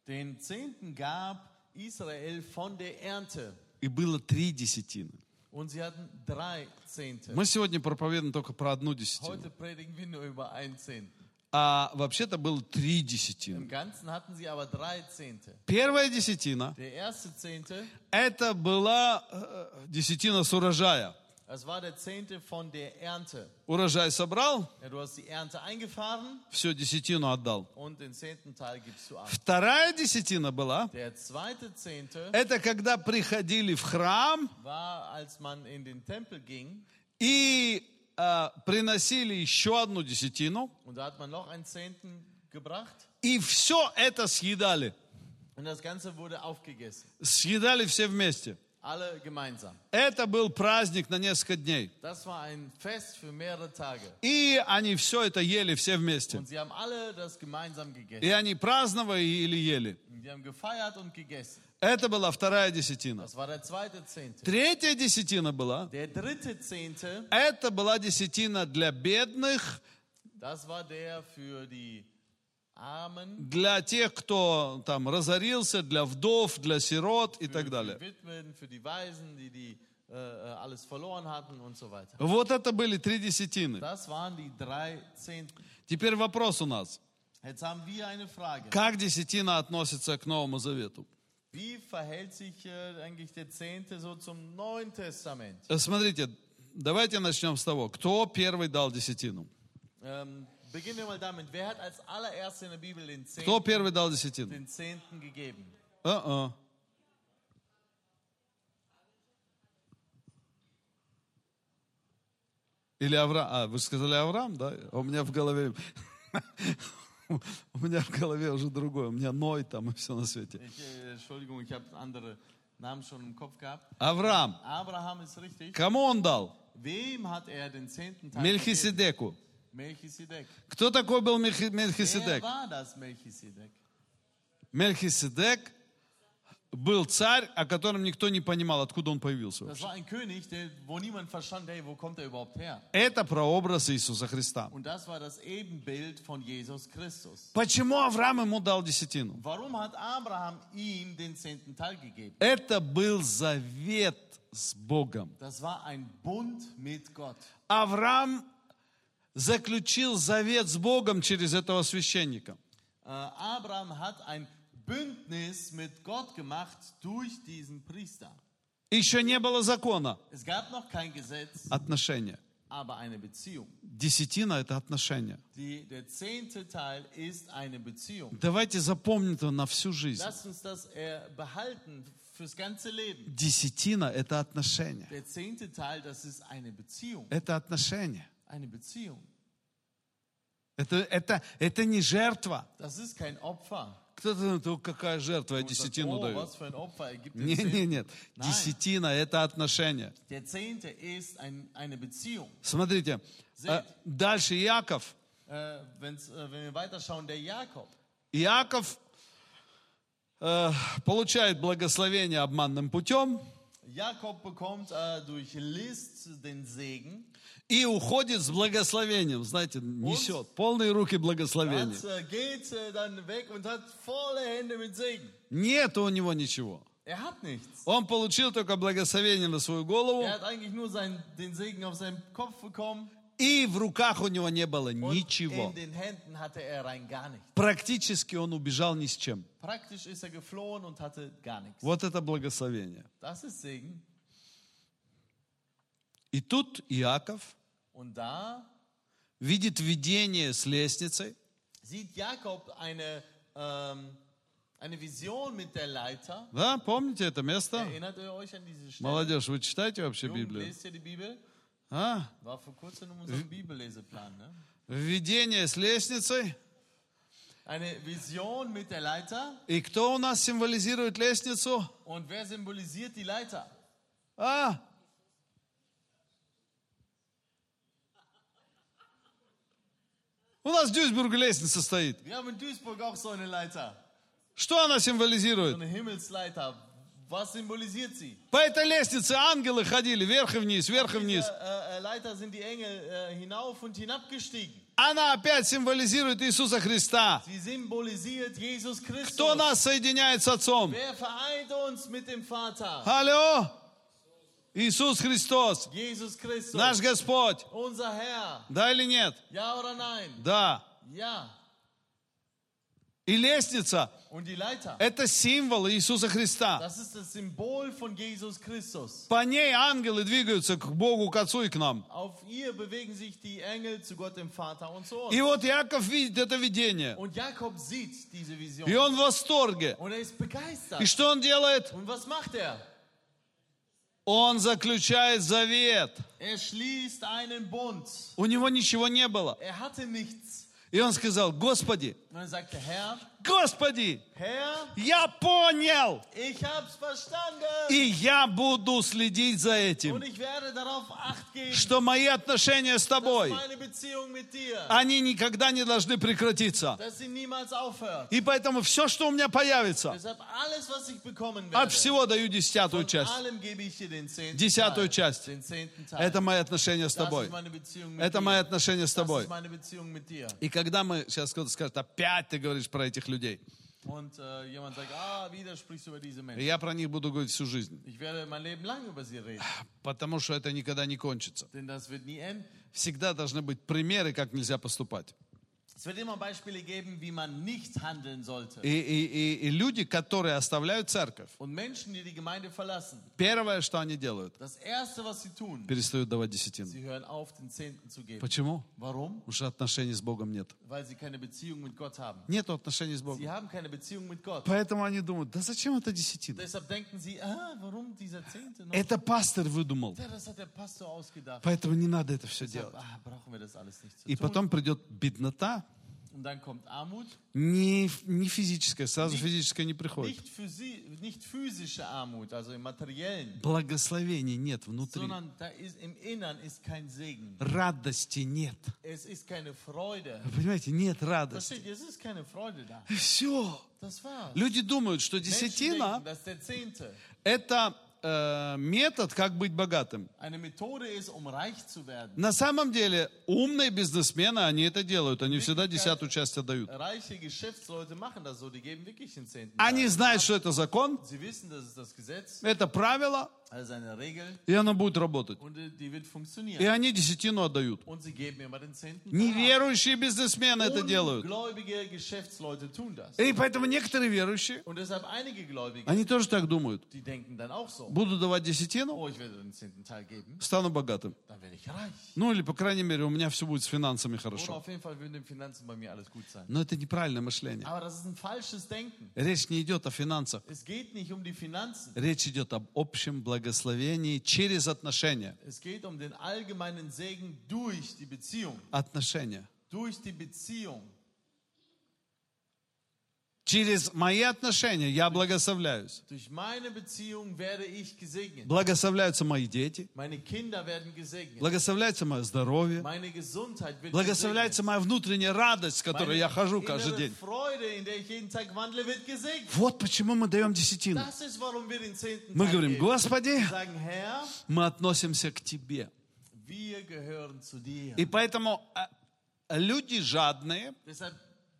den Zehnten gab Israel von der Ernte. И было три десятины. Und sie hatten drei Zehnte. Мы сегодня проповедуем только про одну десятину. Heute predigen wir nur über ein Zehnten. А вообще-то было три десятины. Im Ganzen hatten sie aber drei Zehnte. Первая десятина Der erste Zehnte, – это была э, десятина с урожая. das war der Zehnte von der Ernte. Урожай собрал, Ja, du hast die Ernte eingefahren все, десятину отдал. und den zehnten Teil gibst du ab. Вторая десятина была Der zweite Zehnte – это когда приходили в храм war, als man in den Tempel ging и э, приносили еще одну десятину, und da hat man noch einen Zehnten gebracht и все это съедали. Und das Ganze wurde aufgegessen. съедали все вместе. Alle gemeinsam. Это был праздник на несколько дней. Das war ein Fest für mehrere Tage. И они все это ели все вместе. Und sie haben alle das gemeinsam И gegessen. они праздновали или ели. Und Die haben gefeiert und gegessen. Это была вторая десятина. Das war der zweite Zehnte. Третья десятина была. Der dritte Zehnte, Это была десятина для бедных, das war der für die Armen, для тех, кто там разорился, для вдов, для сирот и für так die далее. Witwen, für die Waisen, die, die äh, äh, alles verloren hatten und so weiter. Вот это были три десятины. Das waren die drei Zehnten. Теперь вопрос у нас. Jetzt haben wir eine Frage. Как десятина относится к Новому Завету? Wie verhält sich äh, eigentlich der Zehnte so zum Neuen Testament? Э, Смотрите, давайте начнем с того, кто первый дал десятину. Ähm, beginnen wir mal damit. Wer hat als allererster in der Bibel den Кто Zehnten, первый дал десятину? den Zehnten gegeben? А-а. Или Авраам. А, вы же сказали Авраам, да? А У меня в голове... У меня в голове уже другое. У меня Ной там и все на свете. Ich, äh, Entschuldigung, ich habe andere Namen schon im Kopf gehabt. Авраам. Abraham ist richtig. Кому он дал? Wem hat er den zehnten Teil gegeben? Мельхиседеку. Melchisedek. Кто такой был Wer Мельхи- Мельхиседек? war das Melchisedek? Мельхиседек был царь, о котором никто не понимал, откуда он появился. Das вообще. war ein König, der, wo niemand verstand, hey, wo kommt er überhaupt her? Это прообраз Иисуса Христа. Und das war das Ebenbild von Jesus Christus. Почему Авраам ему дал десятину? Warum hat Abraham ihm den zehnten Teil gegeben? Это был завет с Богом. Das war ein Bund mit Gott. Авраам заключил завет с Богом через этого священника. Äh, Abraham hat ein Bündnis mit Gott gemacht durch diesen Priester. Еще не было закона. Es gab noch kein Gesetz, Отношения. aber eine Beziehung. Десятина – это отношения. Die, der zehnte Teil ist eine Beziehung. Давайте запомним это на всю жизнь. Lass uns das äh, behalten fürs ganze Leben. Десятина – это отношения. Der zehnte Teil, das ist eine Beziehung. Это отношения. Eine Beziehung. Это, это, это не жертва. Das ist kein Opfer. Кто-то думает, «О, какая жертва, я Und sagt, десятину oh, даю. was für ein Opfer. Er gibt den Не, не, Zehnten. нет. Десятина – это отношения. Der zehnte ist ein, eine Beziehung. Смотрите, э, Зет. дальше Яков. Äh, wenn's, äh, wenn wir weiterschauen, der Jakob. Иаков э, получает благословение обманным путем Jakob bekommt äh, durch List den Segen. и уходит с благословением. Знаете, несет полные руки благословения. Hat, äh, geht äh, dann weg und hat volle Hände mit Segen. Нет у него ничего. Er hat nichts. Он получил только благословение на свою голову, Er hat eigentlich nur seinen, den Segen auf seinen Kopf bekommen. и в руках у него не было Und ничего. in den Händen hatte er rein gar nichts. Практически он убежал ни с чем. Praktisch ist er geflohen und hatte gar nichts. Вот это благословение. Das ist Segen. И тут Иаков Und da видит видение с лестницей, sieht Jakob eine, ähm, eine Vision mit der Leiter. Да, А, помните это место? Erinnert ihr euch an diese Stelle? Молодежь, вы читаете вообще Jungen, Библию? lest ihr die Bibel? А? War vor kurzem in unserem Bibelleseplan. Ne? Введение с лестницей. Eine Vision mit der Leiter. И кто у нас символизирует лестницу? Und wer symbolisiert die Leiter? А? У нас в Дюйсбурге лестница стоит. Wir haben in Duisburg auch so eine Leiter. Что она So символизирует? eine Himmelsleiter. Was symbolisiert sie? По этой лестнице ангелы ходили вверх и вниз, вверх и вниз. Diese, äh, äh, Leiter sind die Engel äh, hinauf und hinabgestiegen. Она опять символизирует Иисуса Христа. Sie symbolisiert Jesus Christus. Кто нас соединяет с Отцом? Wer vereint uns mit dem Vater? Алло! Иисус Христос, Jesus Christus. наш Господь. Unser Herr. Да или нет? Ja oder nein? Да. Ja. И лестница Und die Leiter. – это символ Иисуса Христа. Das ist das Symbol von Jesus Christus. По ней ангелы двигаются к Богу, к Отцу и к нам. Auf ihr bewegen sich die Engel zu Gott dem Vater und so. И вот Яков видит это видение. Und Jakob sieht diese Vision. И он в восторге. Und er ist begeistert. И что он делает? Und was macht er? Он заключает завет. Er schließt einen Bund. У него ничего не было. Er hatte nichts. И он сказал, Господи, Und dann sagt er, Herr, Господи, Herr, я понял, ich hab's verstanden. и я буду следить за Und этим, ich werde darauf Acht geben, что мои отношения с dass тобой, meine Beziehung mit dir, они никогда не должны прекратиться. dass sie niemals aufhört. И поэтому все, что у меня появится, Deshalb alles, was ich bekommen werde, от всего даю десятую von часть. allem gebe ich dir den zehnten Десятую Teil. часть. Den zehnten Teil. Это мои отношения с das тобой. ist meine Beziehung mit Это dir. мои отношения с das тобой. ist meine Beziehung mit dir. И когда мы, сейчас кто-то скажет, опять ты говоришь про этих людей. Und äh, jemand sagt, ah, wieder sprichst du über diese И Menschen. я про них буду говорить всю жизнь, Ich werde mein Leben lang über sie reden, потому что это никогда не кончится. denn das wird nie enden. Всегда должны быть примеры, как нельзя поступать. Es wird immer Beispiele geben, wie man nicht handeln sollte. И, и- и- и люди, которые оставляют церковь, Und Menschen, die die Gemeinde verlassen, первое, что они делают, das Erste, was sie tun, перестают давать десятину. sie hören auf, den Zehnten zu geben. Почему? Warum? Потому что отношений с Богом нет. Weil sie keine Beziehung mit Gott haben. Нет отношений с Sie Богом. haben keine Beziehung mit Gott. Поэтому они думают, да зачем это десятина? Deshalb denken sie, ah, warum dieser Zehnte noch? Это пастор выдумал. Ja, das hat der Pastor ausgedacht. Поэтому не надо это все Deshalb, делать. ah, brauchen wir das alles nicht zu И tun. потом придет беднота, Und dann kommt Armut. не, не физическая, сразу физическая не приходит. Nicht, physi nicht physische Armut, also im Materiellen, Благословения нет внутри. sondern da ist, im Innern ist kein Segen. Радости нет. Es ist keine Freude. Вы понимаете, нет радости. Versteht ihr? Es ist keine Freude da. И все. Das war's. Люди думают, что Menschen denken, десятина dass der Zehnte – это э, метод, как быть богатым. eine Methode ist, um reich zu werden. На самом деле, умные бизнесмены, они это делают. Они всегда десятую часть отдают. Reiche Geschäftsleute machen das so, die geben wirklich den Zehnten. Они Teil. знают, что это закон, Sie wissen, das ist das Gesetz, это правило, das ist eine Regel и оно будет работать. und äh, die wird И funktionieren. они десятину отдают. Und sie geben immer den Zehnten. Teil. Неверующие бизнесмены это делают. Ungläubige Geschäftsleute tun das. И поэтому некоторые верующие, Und deshalb einige Gläubige, они тоже так думают. die denken dann auch so, Буду давать десятину, oh, ich werde den zehnten Teil geben, стану богатым. dann werde ich reich. Ну или, по крайней мере, у меня все будет с финансами Oder хорошо. auf jeden Fall würden den Finanzen bei mir alles gut sein. Но это неправильное мышление. Aber das ist ein falsches Denken. Речь не идет о финансах. Es geht nicht um die Finanzen. Речь идет об общем благословении через отношения. Es geht um den allgemeinen Segen durch die Beziehung. Отношения. Durch die Beziehung. Через мои отношения я благословляюсь. Durch meine Beziehung werde ich gesegnet. Благословляются мои дети. Meine Kinder werden gesegnet. Благословляется мое здоровье. Meine Gesundheit wird Благословляется gesegnet. моя внутренняя радость, с которой Meine я хожу каждый innere день. Freude, in der ich jeden Tag wandle, wird gesegnet. Вот почему мы даем десятину. Das ist, warum wir den zehnten Мы Teil говорим, geben. Господи, Wir sagen, Herr, мы относимся к Тебе. wir gehören zu dir. И поэтому э, люди жадные, Deshalb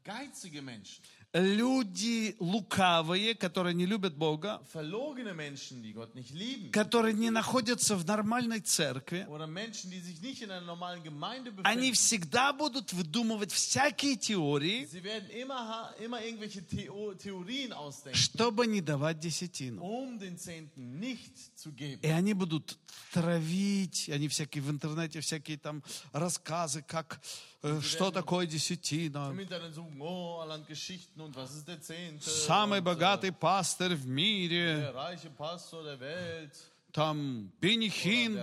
geizige Menschen, люди лукавые, которые не любят Бога, verlogene Menschen, die Gott nicht lieben, которые не находятся в нормальной церкви, oder Menschen, die sich nicht in einer normalen Gemeinde они befinden, всегда будут выдумывать всякие теории, sie werden immer, ha- immer irgendwelche Theo Theorien ausdenken, чтобы не давать десятину. um den Zehnten nicht zu И geben. они будут травить, они всякие в интернете, всякие там рассказы, как, э, что такое Im Ну, десятина. Internet suchen, oh, allerhand Geschichten und was ist der Zehnte? Самый und, äh, богатый пастырь в мире, Der reiche Pastor der Welt. там Бенихин der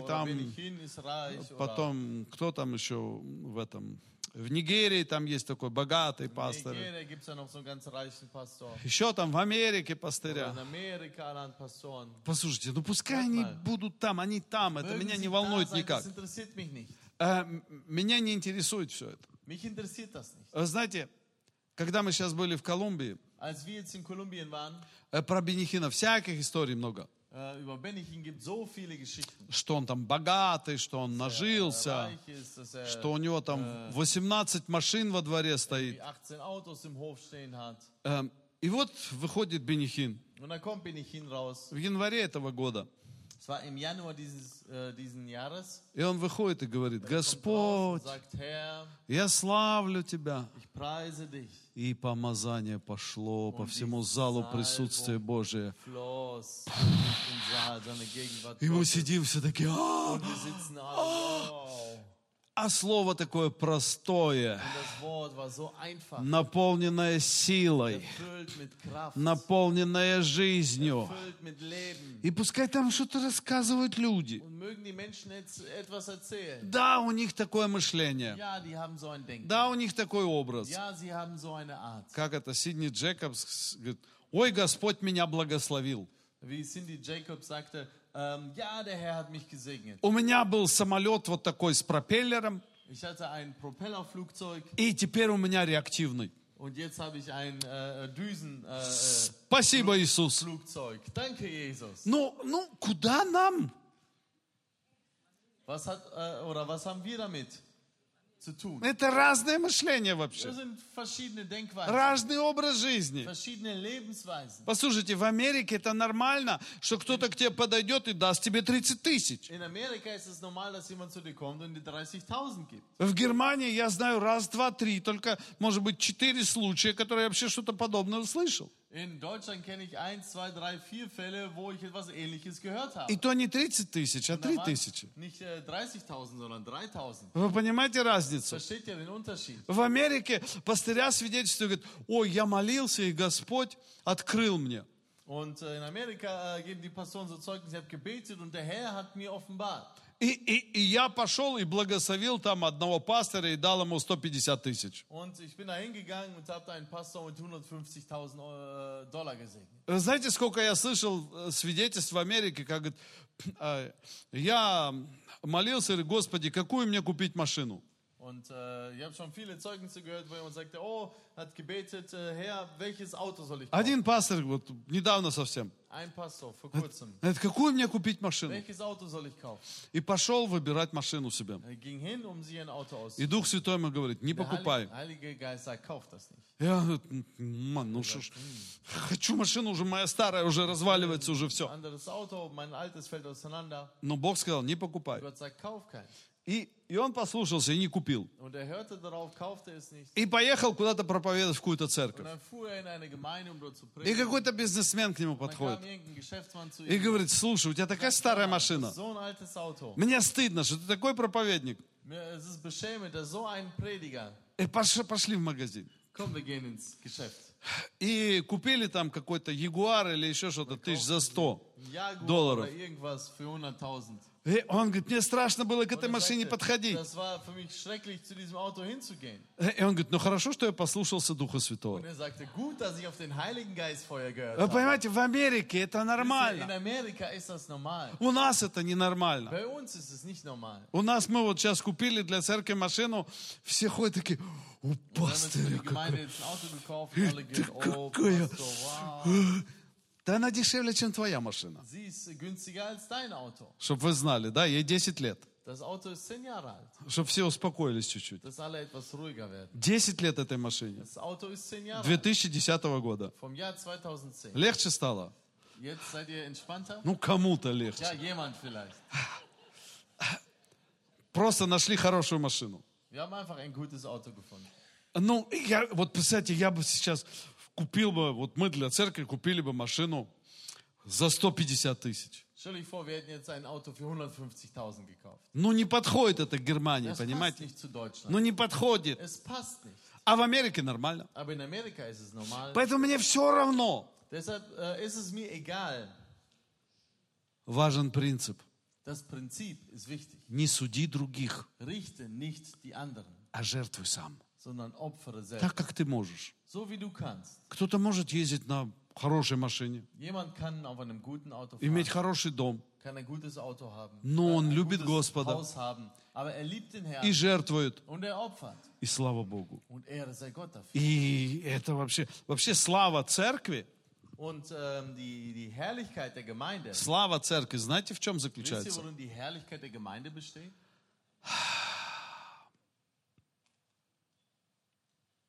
reichste Pastor, oder там Benichin ist reich, oder Потом, кто там еще в этом? В Нигерии там есть такой богатый пастор. Nigeria gibt es ja noch so einen ganz reichen Pastor. Еще там в Америке Oder in пастыря. Amerika allerhand Pastoren. Послушайте, ну пускай они Нормально. будут там, они там, это Mögen меня Sie не da волнует sein, никак. Das interessiert mich nicht. Э, м- Меня не интересует все это. Mich interessiert das nicht. Э, Знаете, когда мы сейчас были в Колумбии, Als wir jetzt in Kolumbien waren, э, про Бенихина всяких историй много. äh, über Benichin gibt so viele Geschichten. Что он там богатый, что он нажился, Reich ist, dass er что у него там 18 машин во дворе die стоит. 18 Autos im Hof stehen hat. Эм, И вот выходит Бенихин Und dann kommt Benichin raus. в январе этого года. Es war im Januar dieses äh, diesen Jahres. И он выходит и говорит, Kommt raus Господь, und sagt, Herr, я славлю Тебя. ich preise dich. И помазание пошло по Он всему весь залу зал присутствие Божие. Floss. Und Saal, seine Gegenwart. И мы Gottes. сидим все такие, «А!» Und wir sitzen alle. Wow. А слово такое простое, Oh. Und das Wort war so einfach, наполненное силой, erfüllt mit Kraft, наполненное жизнью. erfüllt mit Leben. И пускай там что-то рассказывают люди. Und mögen die Menschen jetzt etwas erzählen. Да, у них такое мышление. Ja, die haben so ein Denken. Да, у них такой образ. Ja, sie haben so eine Art. Как это Сидни Джекобс говорит, ой, Господь меня благословил. Wie Cindy Jacobs sagte, ähm, ja, der Herr hat mich gesegnet. У меня был самолет вот такой с пропеллером, Ich hatte ein Propellerflugzeug и теперь у меня реактивный. und jetzt habe ich ein äh, Düsenflugzeug. Äh, Спасибо, Иисус. Flugzeug. Danke, Jesus. Ну, ну, куда нам? Was hat äh, oder was haben wir damit zu tun? Это разное мышление Das вообще. sind verschiedene Denkweisen, Разный образ жизни. verschiedene Lebensweisen. Послушайте, в Америке это нормально, что кто-то к тебе подойдет и даст тебе 30 тысяч. In Amerika ist es normal, dass jemand zu dir kommt und dir 30.000 gibt. В Германии я знаю раз, два, три, только, может быть, четыре случая, которые я вообще что-то подобное услышал. In Deutschland kenne ich eins, zwei, drei, vier Fälle, wo ich etwas Ähnliches gehört И habe. то не 30 тысяч, а Da 3 waren тысячи. Nicht äh, 30.000, sondern 3.000. Вы понимаете разницу? Versteht ihr den Unterschied? В Америке пастыря свидетельствуют, говорят, ой, я молился, и Господь открыл мне. Und äh, in Amerika äh, geben die Pastoren so Zeugnis, ich habe gebetet und der Herr hat mir offenbart. И, и- и я пошел и благословил там одного пастора и дал ему 150 тысяч. Und ich bin da hingegangen und habe da einen Pastor mit 150.000 äh, Dollar gesegnet. Вы знаете, сколько я слышал э, свидетельств в Америке, как говорит, «А, я молился, говорю, Господи, какую мне купить машину? Und äh, ich habe schon viele Zeugnisse gehört, wo jemand sagte, oh, hat gebetet, äh, Herr, welches Auto soll ich kaufen? Один пастор, вот недавно совсем, Ein Pastor, vor kurzem. говорит, какую мне купить машину? Welches Auto soll ich kaufen? И pошел выбирать машину себе. Er ging hin, um sich ein Auto И auszusuchen. Дух Святой ему говорит, не Der покупай. Heilige, Heilige Geist sagt, kauf das nicht. Я говорю, «Ман, ну что ж, хочу машину уже, моя старая уже разваливается, уже все. Anderes Auto, mein altes fällt auseinander. Но Бог сказал, не покупай. Gott sagt, kauf keins. И, и он послушался и не купил. Und er hörte darauf, kaufte es nicht. И поехал куда-то проповедовать в какую-то Und церковь. dann fuhr er in eine Gemeinde, um dort zu И predigen. какой-то бизнесмен к нему Dann kam подходит. irgendein Geschäftsmann zu И ihm. говорит, слушай, у тебя такая старая машина. So ein altes Auto. Мне стыдно, что ты такой проповедник. Mir- Es ist beschämend, dass so ein Prediger. И пош- пошли в магазин. Komm, wir gehen ins Geschäft. И купили там какой-то ягуар или еще что-то, тысяч за сто. Ein Jaguar Долларов. oder irgendwas für 100.000. И Э, он говорит, мне страшно было к Und этой er машине sagte, подходить. äh, Das war für mich schrecklich, zu diesem Auto hinzugehen. И он говорит, ну хорошо, что я послушался Духа Святого. Und er sagte, gut, dass ich auf den Heiligen Geist vorher gehört Вы habe. понимаете, в Америке это Wisst ihr, In нормально. Amerika ist das normal. У нас это ненормально. Bei uns ist es nicht normal. У нас мы вот сейчас купили для церкви машину, все ходят такие, у Wir haben uns für пастыря die какой-" Gemeinde jetzt ein Auto gekauft und alle gehen, oh, Какая- Pastor, wow. Да она дешевле, чем твоя машина. Sie ist günstiger als dein Auto. Чтобы вы знали, да, ей 10 лет. Das Auto ist zehn Jahre alt. Чтобы все успокоились чуть-чуть. Dass alle etwas ruhiger werden. 10 лет этой машине. Das Auto ist zehn Jahre alt. 2010 года. Vom Jahr 2010. Легче стало? Jetzt seid ihr entspannter? Ну, кому-то Ja, легче. jemand vielleicht. Просто нашли хорошую машину. Wir haben einfach ein gutes Auto gefunden. Ну, я, вот представьте, я бы сейчас купил бы, вот мы для церкви купили бы машину за 150 тысяч. Stell euch vor, wir hätten jetzt ein Auto für 150.000 gekauft. Ну, не подходит это к Германии, Das passt понимаете? nicht zu Deutschland. Ну, не подходит. Es passt nicht. А в Америке нормально. Aber in Amerika ist es normal. Поэтому мне все равно. Deshalb äh, ist es mir egal. Важен принцип. Das Prinzip ist wichtig. Не суди других, Richte nicht die anderen, а жертвуй сам. sondern opfere selbst. Так, как ты можешь. So wie du kannst. Кто-то может ездить на хорошей машине, Jemand kann auf einem guten Auto fahren. иметь хороший дом kann ein gutes Auto haben, Но kann он ein любит gutes Господа. Haus haben, aber er liebt den и Herrn жертвует. und er opfert И слава Богу. und Ehre sei Gott dafür. И это вообще, вообще слава церкви, Und ähm, die, die Herrlichkeit der Gemeinde, слава церкви, знаете, в чем wisst ihr, заключается? worin die Herrlichkeit der Gemeinde besteht?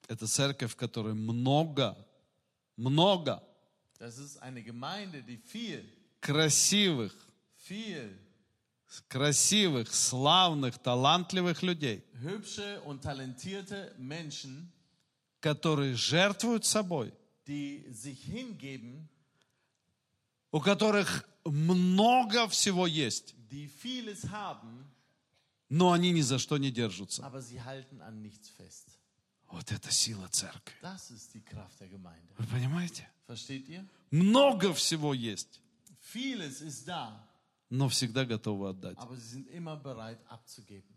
Это церковь, в которой много, много Das ist eine Gemeinde, die viel, красивых, viel красивых, славных, талантливых людей, hübsche und talentierte Menschen, которые жертвуют собой, die sich hingeben, у которых много всего есть, die vieles haben, но они ни за что не держатся. aber sie halten an nichts fest. Вот это сила церкви. Das ist die Kraft der Gemeinde. Вы понимаете? Versteht ihr? Много всего есть, Vieles ist da, но всегда готовы отдать. aber sie sind immer bereit abzugeben.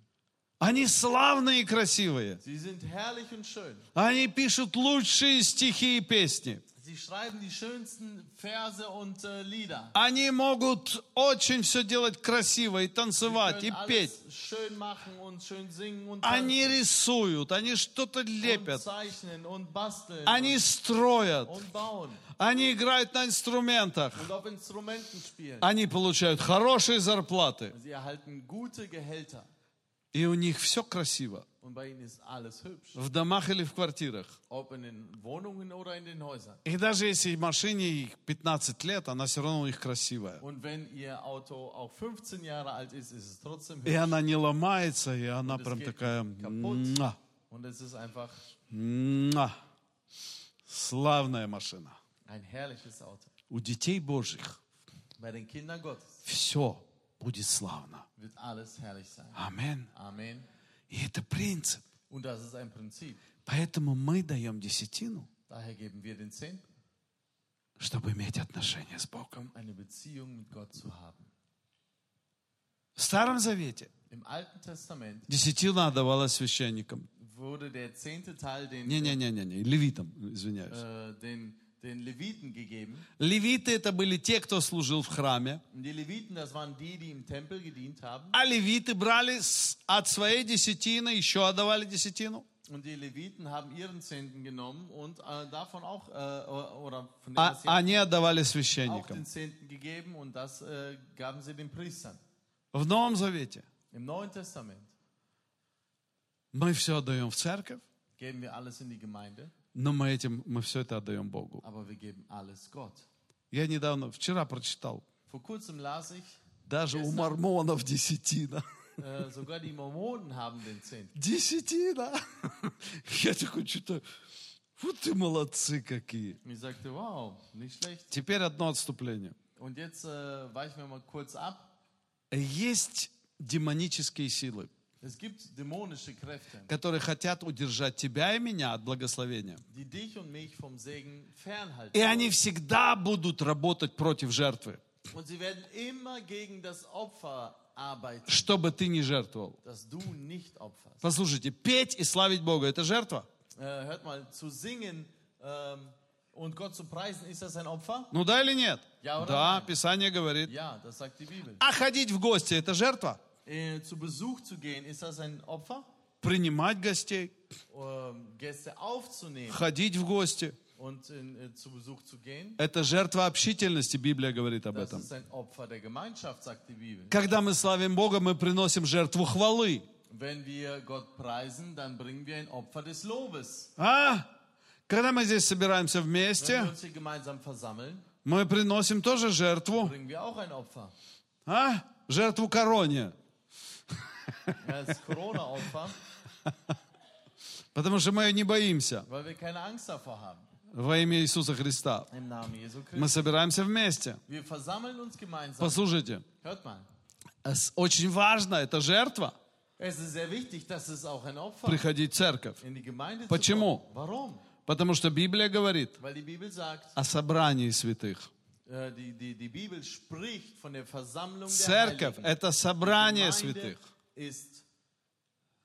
Они славные и красивые. Sie sind herrlich und schön. Они пишут лучшие стихи и песни. Sie schreiben die schönsten Verse und äh, Lieder. Они могут очень все делать красиво и танцевать, и Können петь. alles schön machen und schön singen und, Они рисуют, они что-то tanzen und лепят, zeichnen und basteln они строят, und bauen они играют на инструментах, und auf Instrumenten spielen. они получают хорошие зарплаты. Sie erhalten gute Gehälter И у них все красиво. und bei ihnen ist alles hübsch, В домах или в квартирах. ob in den Wohnungen oder in den Häusern. И даже если машине ей 15 лет, она все равно у них красивая. Und wenn ihr Auto auch 15 Jahre alt ist, ist es trotzdem И hübsch она не ломается, и она es прям geht такая... kaputt. муа, und es ist einfach муа. Славная машина. ein herrliches Auto. У детей Божьих Bei den Kindern Gottes все будет славно. wird alles herrlich sein. Амин. Amen. И это принцип. Und das ist ein Prinzip. Поэтому мы даем десятину, Daher geben wir den Zehnten, чтобы иметь отношения с Богом. um eine Beziehung mit Gott zu haben. В Старом Завете Im Alten Testament десятина отдавалась священникам. wurde der zehnte Teil den, Не-не-не-не, левитам, извиняюсь. äh, den, den Leviten gegeben. Левиты это были те, кто служил в храме. Und die Leviten, das waren die, die im Tempel gedient haben. А левиты брали с- от своей десятины, еще отдавали десятину. Und die Leviten haben ihren Zehnten genommen und äh, davon auch, äh, oder von dem, А was sie они отдавали auch den священникам. Zehnten gegeben und das äh, gaben sie den Priestern. В Новом Завете Im Neuen Testament мы все отдаем в церковь, geben wir alles in die Gemeinde, но мы, этим, мы все это отдаем Богу. aber wir geben alles Gott. Я недавно, вчера прочитал, Vor kurzem las ich, даже у мормонов десятина. äh, sogar die Mormonen haben den Zehnten. Десятина. Я такой что-то, вот ты молодцы какие. Und ich sagte, wow, nicht schlecht. Теперь одно отступление. Und jetzt äh, weichen wir mal kurz ab. Есть демонические силы, Es gibt dämonische Kräfte, которые хотят удержать тебя и меня от благословения. die dich und mich vom Segen fernhalten. И они всегда будут работать против жертвы, Und sie werden immer gegen das Opfer arbeiten, чтобы ты не жертвовал. dass du nicht opferst. Послушайте, петь и славить Бога – это жертва? Äh, hört mal, zu singen ähm, und Gott zu preisen, ist das ein Opfer? Ну да или нет? Я ура. Да, Писание говорит. Ja, das sagt die Bibel. А ходить в гости – это жертва? Äh, zu Besuch zu gehen, ist das ein Opfer? Принимать гостей, Ähm, Gäste aufzunehmen ходить в гости – und in, äh, zu Besuch zu gehen, Это жертва общительности, Библия говорит об das этом. ist ein Opfer der Gemeinschaft, sagt die Bibel. Когда мы славим Бога, мы приносим жертву хвалы. Wenn wir Gott preisen, dann bringen wir ein Opfer des Lobes. А? Когда мы здесь собираемся Wenn wir вместе, uns hier gemeinsam versammeln, мы приносим тоже жертву. bringen wir auch ein Opfer. А? Жертву короне. Ja, Das Corona-Opfer, Потому что мы ее не боимся. weil wir keine Angst davor haben. Во имя Иисуса Христа. Im Namen Jesu Christi. Мы собираемся вместе. Wir versammeln uns gemeinsam. Послушайте, Hört mal. с- очень важно, это жертва, Es ist sehr wichtig, dass es auch ein Opfer приходить в церковь. in die Gemeinde Почему? zu kommen. Warum? Потому что Библия говорит Weil die Bibel sagt, о собрании святых. äh, die, die, die Bibel spricht von der Versammlung Церковь – der Heiligen. это собрание Gemeinde святых. ist die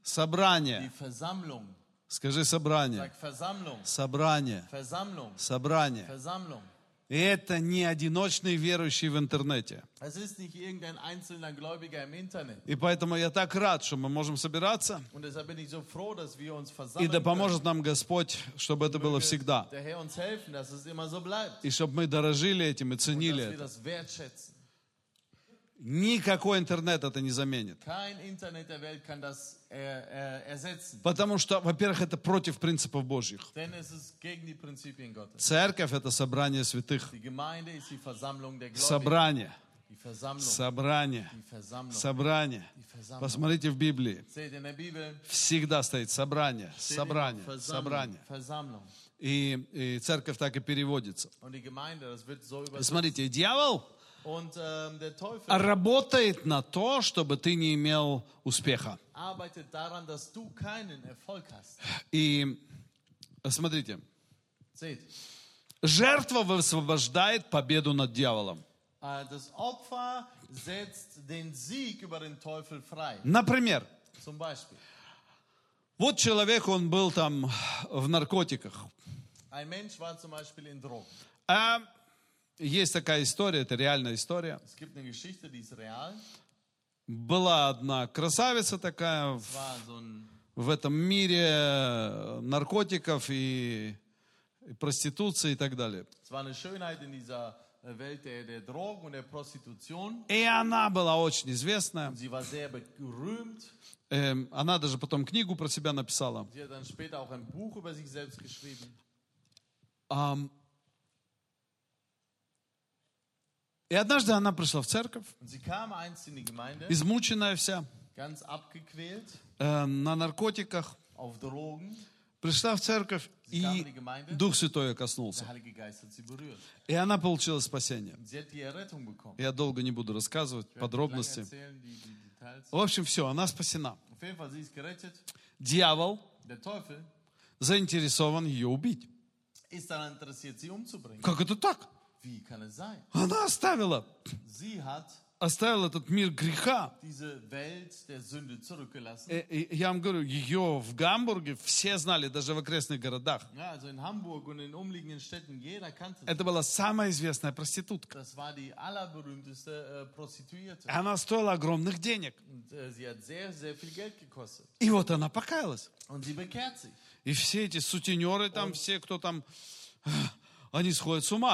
Собрание. Versammlung. Скажи собрание. Sag Versammlung, Собрание. Versammlung, Собрание. Versammlung. И это не одиночные верующие в интернете. Es ist nicht irgendein einzelner Gläubiger im Internet. И поэтому я так рад, что мы можем собираться. Und deshalb bin ich so froh, dass wir uns И versammeln. да können. поможет нам Господь, чтобы это было всегда. Der Herr uns helfen, dass es immer so bleibt. И чтобы мы дорожили этим и Und ценили dass wir это. das wertschätzen. Никакой интернет это не заменит. Kein Internet der Welt kann das äh, äh, ersetzen. Потому что, во-первых, это против принципов Божьих. Denn es ist gegen die Prinzipien Gottes. Церковь – это собрание святых. Die Gemeinde ist die Versammlung der Gläubigen. Собрание. Die Versammlung. Собрание. Die Versammlung. Собрание. Die Versammlung. Посмотрите в Библии. Seht in der Bibel. Всегда стоит собрание, steht immer собрание, Versammlung. собрание. Versammlung. И, и церковь так и переводится. Und die Gemeinde, das wird so И übersetzt. Смотрите, и дьявол, Und ähm, der Teufel работает на то, чтобы ты не имел успеха. arbeitet daran, dass du keinen Erfolg hast. И смотрите, Seht, жертва высвобождает победу над дьяволом. äh, das Opfer setzt den Sieg über den Teufel frei. Например, Zum Beispiel, вот человек, он был там в наркотиках. ein Mensch war zum Beispiel in Drogen. А есть такая история, это реальная история. Es gibt eine Geschichte, die ist real. Была одна красавица такая Es war so ein в этом мире наркотиков и, и проституции и так далее. Es war eine Schönheit in dieser äh, Welt der, der Drogen und der Prostitution. И она была очень известная. Sie war sehr berühmt. Эм, она даже потом книгу про себя написала. Sie hat dann später auch ein Buch über sich selbst geschrieben. Ам, И однажды она пришла в церковь, Und sie kam einst in die Gemeinde, измученная вся, ganz abgequält, э, на наркотиках. auf Drogen. Пришла в церковь, и Дух Святой её Der коснулся. Heilige Geist hat sie berührt. И она получила спасение. Und sie hat die Errettung bekommen. Я долго не буду рассказывать Ich werde nicht lange подробности. erzählen, die, die Details. В общем, все, она спасена. Auf jeden Fall, sie ist gerettet. Дьявол Der Teufel заинтересован ее убить. ist daran interessiert, sie umzubringen. Как это так? Wie kann es sein? Она оставила, Sie hat оставила этот мир греха. diese Welt der Sünde зurückgelassen. Э, э, Я вам говорю, ее в Гамбурге все знали, даже в окрестных городах. Ja, also in Hamburg und in umliegenden Städten, jeder kannte sie. Это была самая известная проститутка. Das war die allerberühmteste äh, Prostituierte. Она стоила огромных денег. Und äh, sie hat sehr, sehr viel Geld gekostet. И вот она покаялась. Und sie bekehrt sich. И все эти сутенеры там, все, кто там, они сходят с ума.